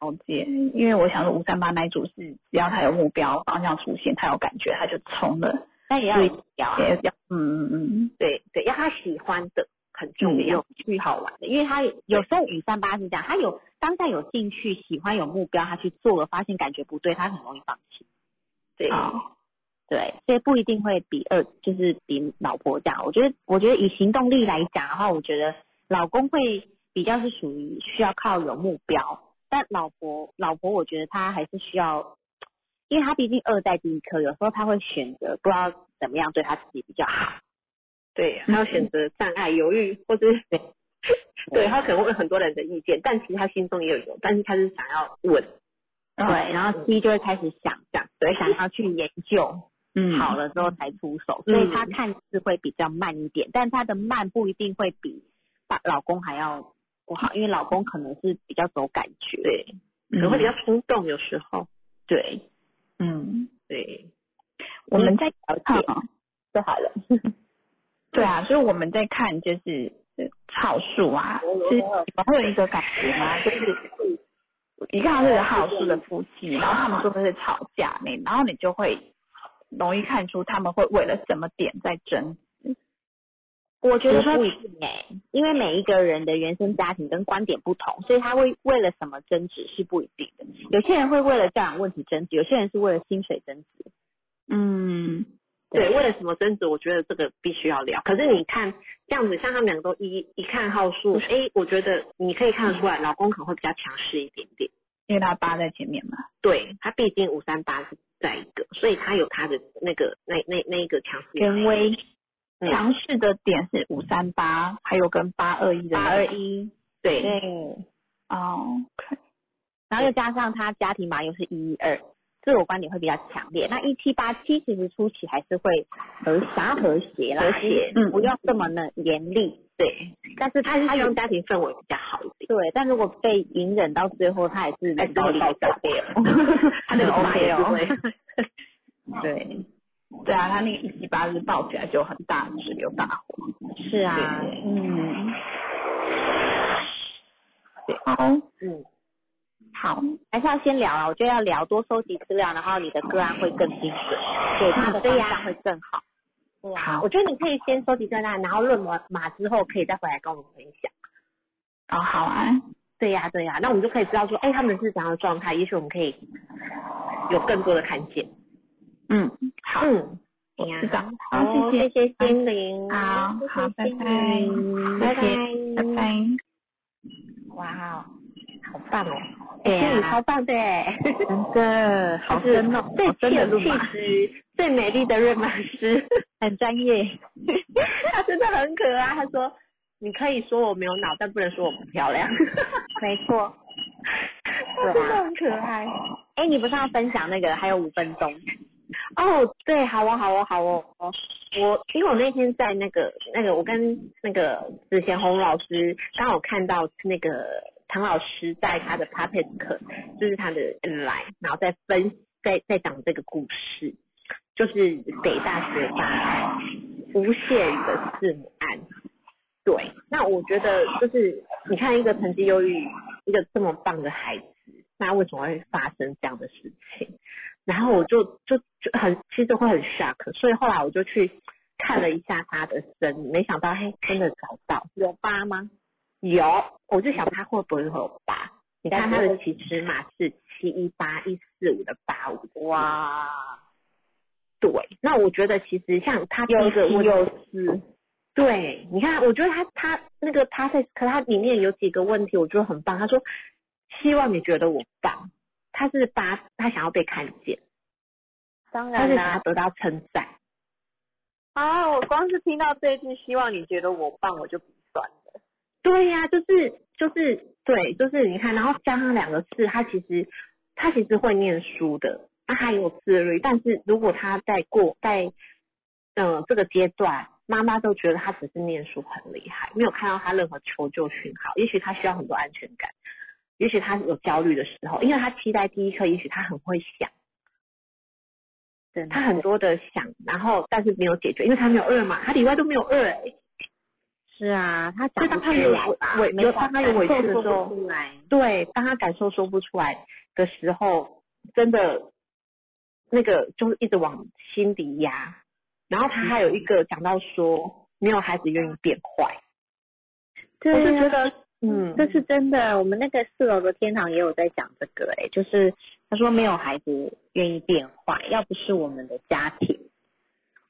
S9: 了解，因为我想说五三八那一组是只要他有目标方向出现，他有感觉他就冲了，
S2: 但也要有目标啊，
S9: 也要嗯嗯嗯，
S1: 对对，要她喜欢的很重
S9: 嗯
S1: 要。
S2: 去好玩的，因为他有时候五三八是这样，他有当下有兴趣、喜欢、有目标，他去做了，发现感觉不对，他很容易放弃。
S1: 对，
S9: 好，
S2: 对，所以不一定会比二，就是比老婆这样。我觉得，我觉得以行动力来讲的话，我觉得老公会比较是属于需要靠有目标，但老婆，老婆我觉得她还是需要，因为她毕竟二代第一颗，有时候她会选择不知道怎么样对她自己比较好。
S1: 对，还有选择障碍、犹豫，或是嗯对， 对他可能会有很多人的意见，但其实他心中也有有，但是他是想要稳，
S9: 对
S2: 对，然后 C 就会开始想想，对，想要去研究，
S9: 嗯
S2: 好
S9: 好，
S2: 了之后才出手，所以他看似会比较慢一点，但他的慢不一定会比把老公还要不好，因为老公可能是比较走感觉，
S1: 对，可能会比较冲动，有时候，
S2: 对，
S9: 嗯，
S1: 对，
S9: 我们
S2: 在了解
S9: 好。
S2: 就好了。
S9: 对啊，所以我们在看就是呃号数啊，就是你们会有一个感觉吗？就是你看到这个号数的夫妻，然后他们是不是吵架呢？然后你就会容易看出他们会为了什么点在争。
S2: 我觉得
S9: 比如说
S2: 不一定哎、因为每一个人的原生家庭跟观点不同，所以他会为了什么争执是不一定的。有些人会为了教养问题争执，有些人是为了薪水争执。
S9: 嗯，
S1: 对，为了什么争执，我觉得这个必须要聊。可是你看这样子，像他们两个都一一看号数，哎，我觉得你可以看得出来，老公可能会比较强势一点点。
S9: 因为他扒在前面嘛。
S1: 对他，毕竟五三八是在一个，所以他有他的那个那那那一个强势
S9: 权威
S1: 嗯
S9: 强势的点是五三八，还有跟八二一的
S2: 八二一，
S1: 对
S2: 对，
S9: 哦，OK，
S2: 然后又加上他家庭嘛又是一一二，自我观点会比较强烈。那一七八七其实初期还是会和想要和谐啦，
S1: 和谐嗯
S2: 不要这么呢严厉。
S1: 对，
S2: 但是他
S1: 他是希
S2: 有
S1: 望家庭氛围比较好一点。
S2: 对，但如果被隐忍到最后，他还是
S1: 哎，
S2: 冷
S1: 真
S2: 暴
S1: 的
S2: 力
S1: 爆
S2: 的
S1: 炸
S2: 表
S1: 掉
S2: 现。，
S1: 他那个骂也是会，
S9: 对，对啊，他那个一七八是爆起来就很大，是有大火。
S2: 是啊，
S9: 嗯，好，
S1: 嗯，
S9: 好，
S2: 还是要先聊啊，我觉得要
S1: 嗯
S2: 聊，多收集资料，然后你的个案会更精准，对他的方向会更好。哇
S1: 好，嗯我觉得你可以先收集这那，然后论完码之后，可以再回来跟我们分享。
S9: 哦，好啊，
S1: 对呀、对呀、那我们就可以知道说，哎、他们是怎样的状态，也许我们可以有更多的看见。
S9: 嗯，好，
S1: 嗯，对 呀、
S9: 知道，
S1: 好，
S9: 好，谢
S1: 谢
S9: 谢，
S1: 谢心灵，
S9: 好
S1: 谢谢
S9: 好拜
S1: 心
S9: 拜
S1: 灵拜拜
S9: 谢，拜
S1: 哦
S9: 拜。
S1: 嗯哇哦，好棒哦！
S9: 对
S1: 心灵
S9: 啊，
S1: 超棒的哎，
S11: 真的好深哦，
S1: 最
S11: 好深
S1: 气
S11: 的
S1: 有
S11: 路
S1: 气
S11: 马，
S1: 质、最美丽的瑞玛 师，
S2: 很 专业，
S1: 她真的很可爱。她说：“你可以说我没有脑，但不能说我不漂亮。
S2: 没 错。”
S1: 她真的很可爱。
S2: 哎，你不是要分享那个还有五分钟？
S1: 哦，对，好哦，好哦，好哦。哦我因为我那天在那个那个，我跟那个子贤红老师刚好看到那个唐老师在他的 Puppet 课，就是他的 line，然后在分在在讲这个故事，就是北大学霸吴谢宇的弑母案。对，那我觉得就是你看一个成绩优异，一个这么棒的孩子，那为什么会发生这样的事情？然后我就就就很其实会很 shock，所以后来我就去看了一下他的生命，没想到嘿真的找到有疤吗？有，我就想他会不会有疤？你看他的起始码是七一八一四五的八五，哇，对，那我觉得其实像他第一个问有四，对，你看，我觉得他他那个 p a s s 可他里面有几个问题，我觉得很棒。他说希望你觉得我棒，他是把他想要被看见，
S12: 当
S1: 他
S12: 然
S1: 是
S12: 啦、
S1: 想要得到称赞。
S12: 啊，我光是听到这一句，希望你觉得我棒，我就不算了。
S1: 对呀、就是就是对，就是你看，然后加上两个字，他其实他其实会念书的，那他有自律，但是如果他在过在嗯、呃这个阶段，妈妈都觉得他只是念书很厉害，没有看到他任何求救讯号，也许他需要很多安全感，也许他有焦虑的时候，因为他期待第一课，也许他很会想。他很多的想，然后但是没有解决，因为他没有二嘛，他里外都没有二、欸，
S2: 是啊，他
S1: 就
S2: 讲
S1: 当
S2: 不出
S1: 他有委
S2: 来吧
S1: 委
S2: 没
S1: 有
S2: 法
S1: 当他有委屈的时候
S2: 感受不出来
S1: 对，当他感受说不出来的时候，真的那个就是一直往心底压。然后他还有一个讲到说，没有孩子愿意变坏，
S2: 对、
S1: 我
S2: 啊，
S1: 就觉得嗯，
S2: 这是真的，我们那个四楼的天堂也有在讲这个、欸，哎，就是他说没有孩子愿意变坏，要不是我们的家庭，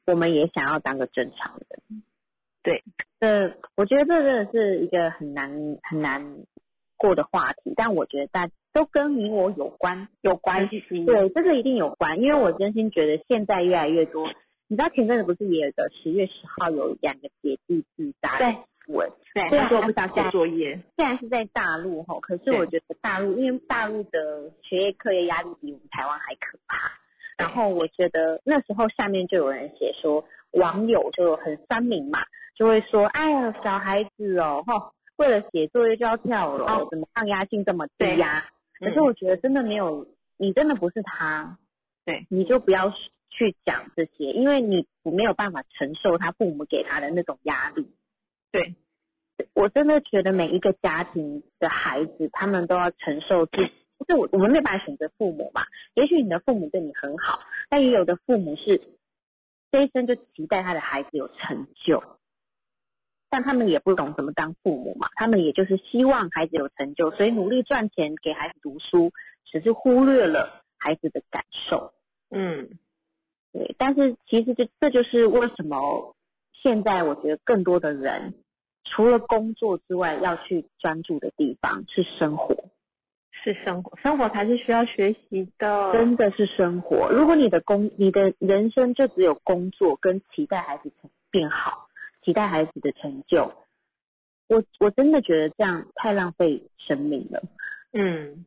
S2: 我们也想要当个正常人。
S1: 对，
S2: 这我觉得这真的是一个很难很难过的话题，但我觉得大都跟你我有关，
S1: 有关系，
S2: 对，这个一定有关，因为我真心觉得现在越来越多，你知道前阵子不是也有个十月十号有两个姐弟自杀的
S1: 对
S2: 新闻，
S1: 对，
S2: 对啊
S1: 他说我不想写作业，
S2: 虽然是在大陆吼，可是
S1: 对
S2: 我觉得大陆因为大陆的学业课业压力比我们台湾还可怕。然后我觉得那时候下面就有人写说，网友就有很酸民嘛，就会说，哎呀，小孩子哦，吼，为了写作业就要跳楼，
S1: 哦
S2: 怎么抗压性这么低呀、
S1: 对嗯
S2: 可是我觉得真的没有，你真的不是他，
S1: 对，
S2: 你就不要去讲这些，因为你没有办法承受他父母给他的那种压力。
S1: 对，
S2: 我真的觉得每一个家庭的孩子，他们都要承受自己。就是我我们没办法选择父母嘛，也许你的父母对你很好，但也有的父母是这一生就期待他的孩子有成就，但他们也不懂怎么当父母嘛，他们也就是希望孩子有成就，所以努力赚钱给孩子读书，只是忽略了孩子的感受。
S1: 嗯，
S2: 对，但是其实这这就是为什么现在我觉得更多的人除了工作之外，要去专注的地方是生活，
S1: 是生活，生活才是需要学习的，
S2: 真的是生活。如果你的工、你的人生就只有工作跟期待孩子成变好，期待孩子的成就，我我真的觉得这样太浪费生命了，
S1: 嗯，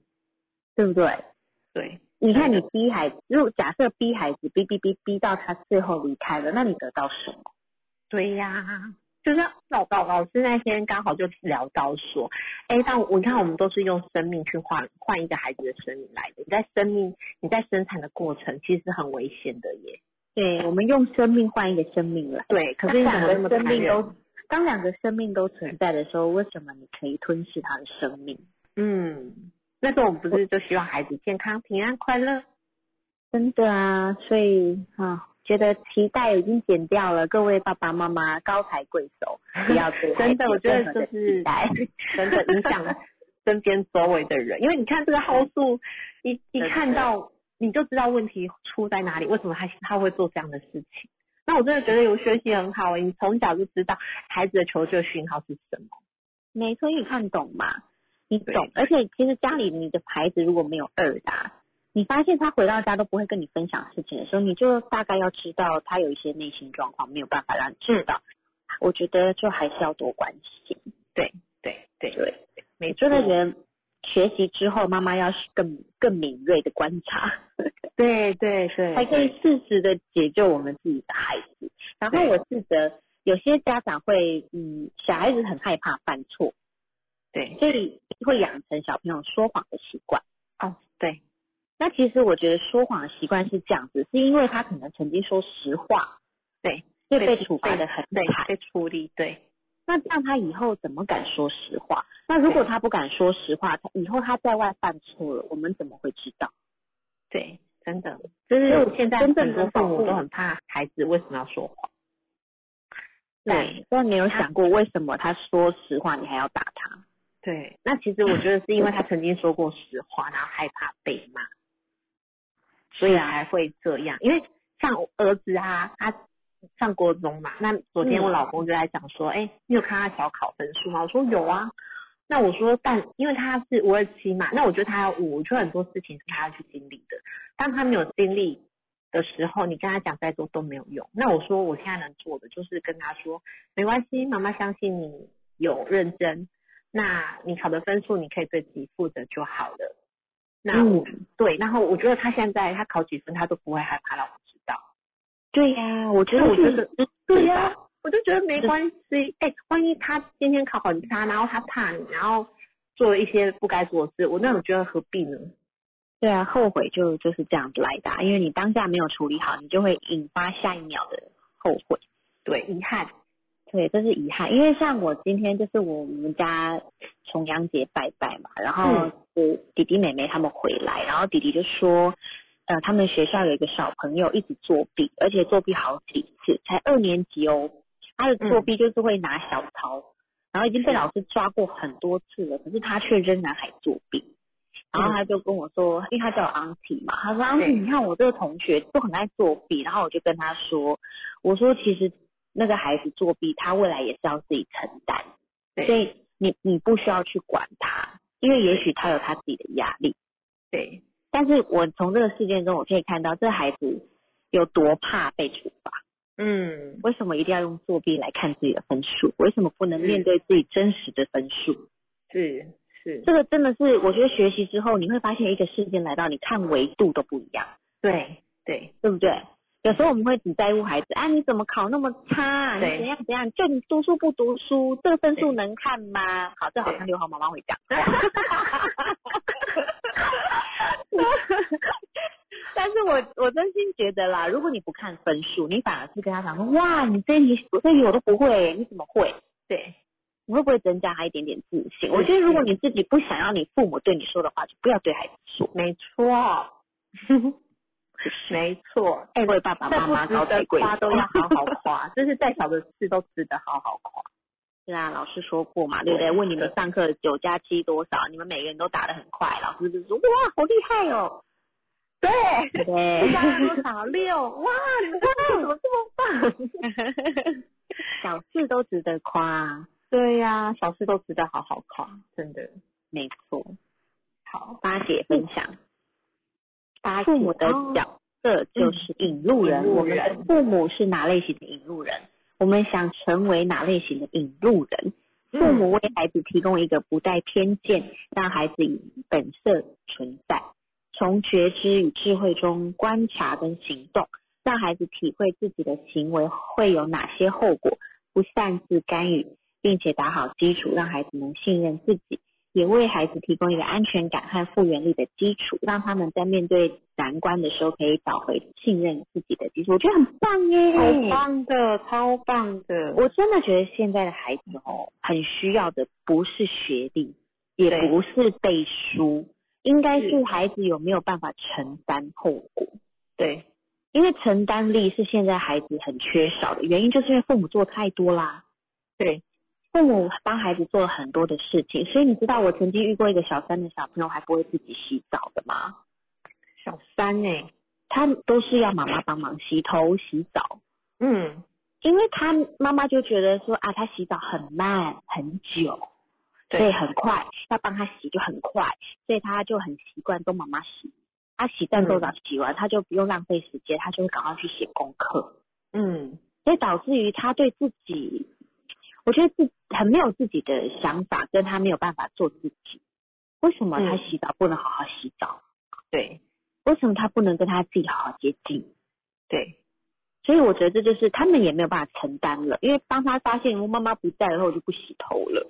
S2: 对不对？
S1: 对，
S2: 你看你逼孩子，如果假设逼孩子逼逼逼逼到他最后离开了，那你得到什么？
S1: 对呀、就是老老老师那天刚好就聊到说，哎，但我你看我们都是用生命去换换一个孩子的生命来的，你在生命你在生产的过程其实很危险的耶。
S2: 对，我们用生命换一个生命来。
S1: 对，可
S2: 可
S1: 是
S2: 是
S1: 你
S2: 两
S1: 怎么那么
S2: 个生
S1: 残
S2: 命
S1: 忍？
S2: 都，当两个生命都存在的时候，为什么你可以吞噬他的生命？
S1: 嗯，那时候我们不是就希望孩子健康、平安、快乐？
S2: 真的啊，所以啊，觉得脐带已经剪掉了，各位爸爸妈妈高抬贵 手，不要对孩
S1: 真的
S2: 子
S1: 我觉得
S2: 任何的
S1: 就是
S2: 期待
S1: 真的影 响身边周围的人，因为你看这个号数，一一看到你就知道问题出在哪里，为什么他他会做这样的事情。那我真的觉得有学习很好、欸，你从小就知道孩子的求救讯号是什么。
S2: 没错，因为你看懂嘛，你懂。而且其实家里你的孩子如果没有二的啊，你发现他回到家都不会跟你分享事情的时候，你就大概要知道他有一些内心状况没有办法让你知道。我觉得就还是要多关心。
S1: 嗯对对
S2: 对，
S1: 没
S2: 我
S1: 错
S2: 真的觉得学习之后，妈妈要是更更敏锐的观察，
S1: 对对对，
S2: 才可以适时的解救我们自己的孩子。然后我记得有些家长会，嗯，小孩子很害怕犯错，
S1: 对
S2: 所以会养成小朋友说谎的习惯。
S1: 哦对
S2: 那其实我觉得说谎的习惯是这样子，是因为他可能曾经说实话，
S1: 对，
S2: 所以被处罚的很
S1: 对
S2: 惨。
S1: 被处理对
S2: 那这样他以后怎么敢说实话？那如果他不敢说实话，他以后他在外犯错了，我们怎么会知道？
S1: 对，真的
S2: 就是
S1: 现在
S2: 真
S1: 很
S2: 正
S1: 多
S2: 的
S1: 父
S2: 父
S1: 母
S2: 母
S1: 都很怕孩子为什么要说谎。
S2: 对，但没有想过为什么他说实话你还要打他？
S1: 对，那其实我觉得是因为他曾经说过实话，然后害怕被骂，所以才会这样。因为像我儿子啊，他上国中嘛，那昨天我老公就在讲说，哎、你有看他小考分数吗？我说有啊。那我说，但因为他是五二七嘛，那我觉得他要五，我觉得很多事情是他要去经历的。当他没有经历的时候，你跟他讲再多都没有用。那我说，我现在能做的就是跟他说，没关系，妈妈相信你有认真，那你考的分数你可以对自己负责就好了。那
S2: 嗯
S1: 我、对，然后我觉得他现在他考几分他都不会害怕让我知道。
S2: 对呀、我觉得
S1: 那我觉
S2: 是嗯
S1: 对呀、我就觉得没关系。哎、万一他今天考很差，然后他怕你，然后做了一些不该做的事，我那我觉得何必呢？
S2: 对啊，后悔就就是这样来的啊、因为你当下没有处理好，你就会引发下一秒的后悔。
S1: 对，遗憾。
S2: 对，这是遗憾，因为像我今天就是我们家重阳节拜拜嘛，然后我弟弟妹妹他们回来，然后弟弟就说，呃，他们学校有一个小朋友一直作弊，而且作弊好几次，才二年级哦，他的作弊就是会拿小抄，然后已经被老师抓过很多次了，可是他却仍然还作弊。然后他就跟我说，因为他叫我 auntie 嘛，他说 auntie，你看我这个同学就很爱作弊，然后我就跟他说，我说其实那个孩子作弊，他未来也是要自己承担，
S1: 对
S2: 所以你你不需要去管他，因为也许他有他自己的压力。
S1: 对
S2: 但是我从这个事件中，我可以看到这孩子有多怕被处罚。嗯，为什么一定要用作弊来看自己的分数？为什么不能
S1: 嗯
S2: 面对自己真实的分数？
S1: 是是，
S2: 这个真的是，我觉得学习之后，你会发现一个事件来到，你看维度都不一样，
S1: 对对
S2: 对不对？有时候我们会只在乎孩子，啊，你怎么考那么差啊？
S1: 对
S2: 你怎样怎样？就你读书不读书，这个分数能看吗？好，这好像刘豪妈妈会讲。 但是我我真心觉得啦，如果你不看分数，你反而是跟他讲说，哇，你这题我这题我都不会，你怎么会？
S1: 对
S2: 你会不会增加他一点点自信？我觉得如果你自己不想要你父母对你说的话，就不要对孩子说。没 错，
S1: 没错。
S2: 哎，为爸爸妈妈高抬贵手
S1: 夸都要好好夸，就是再小的事都值得好好 夸。
S2: 是啊，老师说过嘛，对不对？问你们上课九加七多少，你们每个人都答得很快，老师就说哇，好厉害哦。对对，
S1: 多少 六？哇，你们怎么
S2: 小事都值得夸，
S1: 对呀、小事都值得好好夸，真的。
S2: 没错。
S1: 好，
S2: 八姐分享，八父母的
S1: 哦
S2: 角色就是引路人，
S1: 引路
S2: 我们
S1: 人
S2: 的父母是哪类型的引路人？我们想成为哪类型的引路人？父
S1: 嗯
S2: 母为孩子提供一个不带偏见，让孩子以本色存在，从觉知与智慧中观察跟行动，让孩子体会自己的行为会有哪些后果，不擅自干预，并且打好基础，让孩子能信任自己，也为孩子提供一个安全感和复原力的基础，让他们在面对难关的时候可以找回信任自己的基础。我觉得很棒耶，
S1: 好棒的，超棒的。
S2: 我真的觉得现在的孩子哦，很需要的不是学历，也
S1: 对
S2: 不是背书，应该是孩子有没有办法承担后果。
S1: 对
S2: 因为承担力是现在孩子很缺少的原因，就是因为父母做太多啦。对，父母帮孩子做了很多的事情，所以你知道我曾经遇过一个小三的小朋友还不会自己洗澡的吗？小三哎、
S1: 欸
S2: 他都是要妈妈帮忙洗头、洗澡，
S1: 嗯，
S2: 因为他妈妈就觉得说啊，他洗澡很慢很久，
S1: 对
S2: 所以很快要帮他洗就很快，所以他就很习惯都妈妈洗。他洗战斗澡洗完，他就不用浪费时间，他就会赶快去写功课，
S1: 嗯，
S2: 所以导致于他对自己，我觉得自很没有自己的想法，跟他没有办法做自己。为什么他洗澡不能好好洗澡？
S1: 对
S2: 为什么他不能跟他自己好好接近？
S1: 对，
S2: 所以我觉得这就是他们也没有办法承担了，因为当他发现妈妈不在然后我就不洗头了，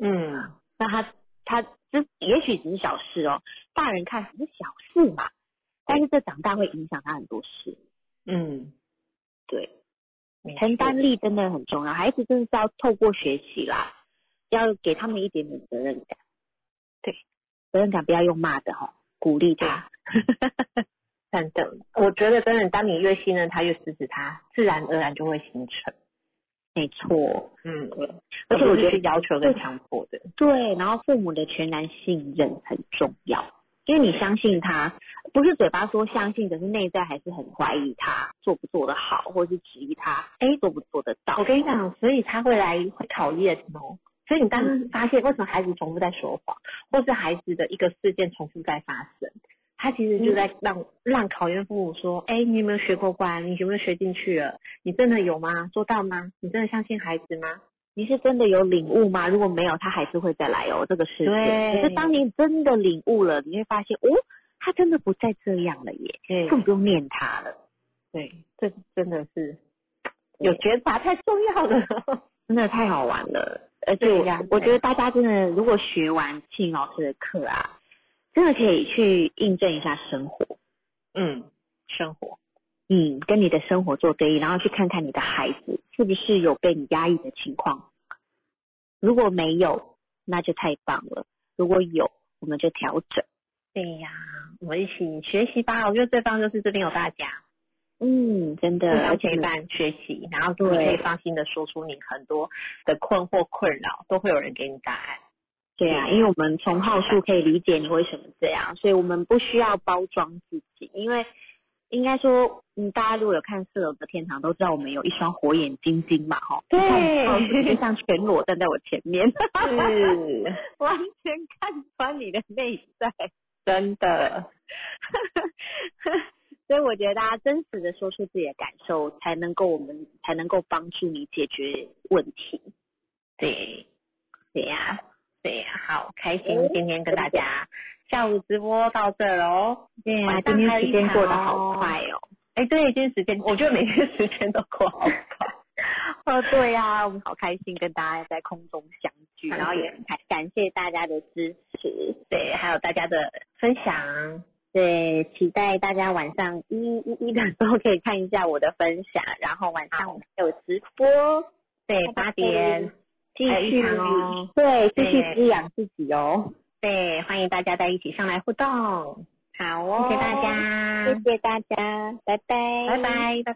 S1: 嗯，
S2: 那他他这也许只是小事哦，大人看只是小事嘛，但是这长大会影响他很多事。
S1: 嗯，
S2: 对，
S1: 没错
S2: 承担力真的很重要，孩子真的是要透过学习啦，要给他们一点点责任感。
S1: 对，
S2: 责任感不要用骂的哈、哦，鼓励他。
S1: 等等，我觉得真的，当你越信任他，越支持他，自然而然就会形成。
S2: 没错，
S1: 嗯，
S2: 而且我觉得
S1: 是要求跟强迫的，
S2: 对，然后父母的全然信任很重要，因为你相信他，不是嘴巴说相信，可是内在还是很怀疑他做不做得好，或是质疑他，哎，做不做得到
S1: 我。跟你讲，所以他会来会考验哦。所以你当
S2: 嗯
S1: 发现为什么孩子重复在说谎，或是孩子的一个事件重复在发生，他其实就在让、让考验父母说，哎、你有没有学过关？你有没有学进去了？你真的有吗？做到吗？你真的相信孩子吗？
S2: 你是真的有领悟吗？如果没有，他还是会再来哦，这个世界。
S1: 对
S2: 可是当你真的领悟了，你会发现，哦，他真的不再这样了耶，
S1: 对
S2: 更不用念他了。
S1: 对，这真的是有觉察太重要了。
S2: 真的太好玩了，而且
S1: 对
S2: 我
S1: 呀
S2: 我觉得大家真的如果学完庆老师的课啊，真的可以去印证一下生活，
S1: 嗯，生活
S2: 嗯，跟你的生活做对应，然后去看看你的孩子是不是有被你压抑的情况。如果没有，那就太棒了；如果有，我们就调整。
S1: 对呀、我们一起学习吧。我觉得最棒就是这边有大家。
S2: 嗯，真的，
S1: 互
S2: 而
S1: 相
S2: 且
S1: 陪
S2: 你
S1: 伴学习，然后你可以放心的说出你很多的困惑困扰，都会有人给你答案。
S2: 对啊，因为我们从号数可以理解你为什么这样，所以我们不需要包装自己，因为应该说，嗯，大家如果有看《四楼的天堂》，都知道我们有一双火眼金睛嘛，哈，
S1: 对
S2: 就像全裸站在我前面，
S1: 是，
S2: 完全看穿你的内在，
S1: 真的，
S2: 所以我觉得大家真实的说出自己的感受，才能够我们才能够帮助你解决问题，
S1: 对
S2: 对啊呀、
S1: 对，好开心，今天跟大家下午直播到这喽。
S2: 对呀、
S1: 晚上
S2: 今天
S1: 还有
S2: 时
S1: 一
S2: 间
S1: 场
S2: 过得好
S1: 哦
S2: 快哦。
S1: 哎，对，今天时间，我觉得每天时间都过好快。
S2: 哦，对呀、我们好开心跟大家在空中相聚，
S1: 感谢
S2: 然后也感感谢大家的支持，
S1: 嗯对，还有大家的分享，
S2: 对，期待大家晚上一一一的时候可以看一下我的分享，然后晚上我们还有直播，
S1: 对，八点，
S2: 继
S1: 还有一
S2: 续、
S1: 场哦
S2: 对，继续
S1: 对
S2: 滋养自己哦，
S1: 对，欢迎大家在一起上来互动。好哦，谢谢大家，
S2: 谢谢大家，拜拜，
S1: 拜拜，拜拜。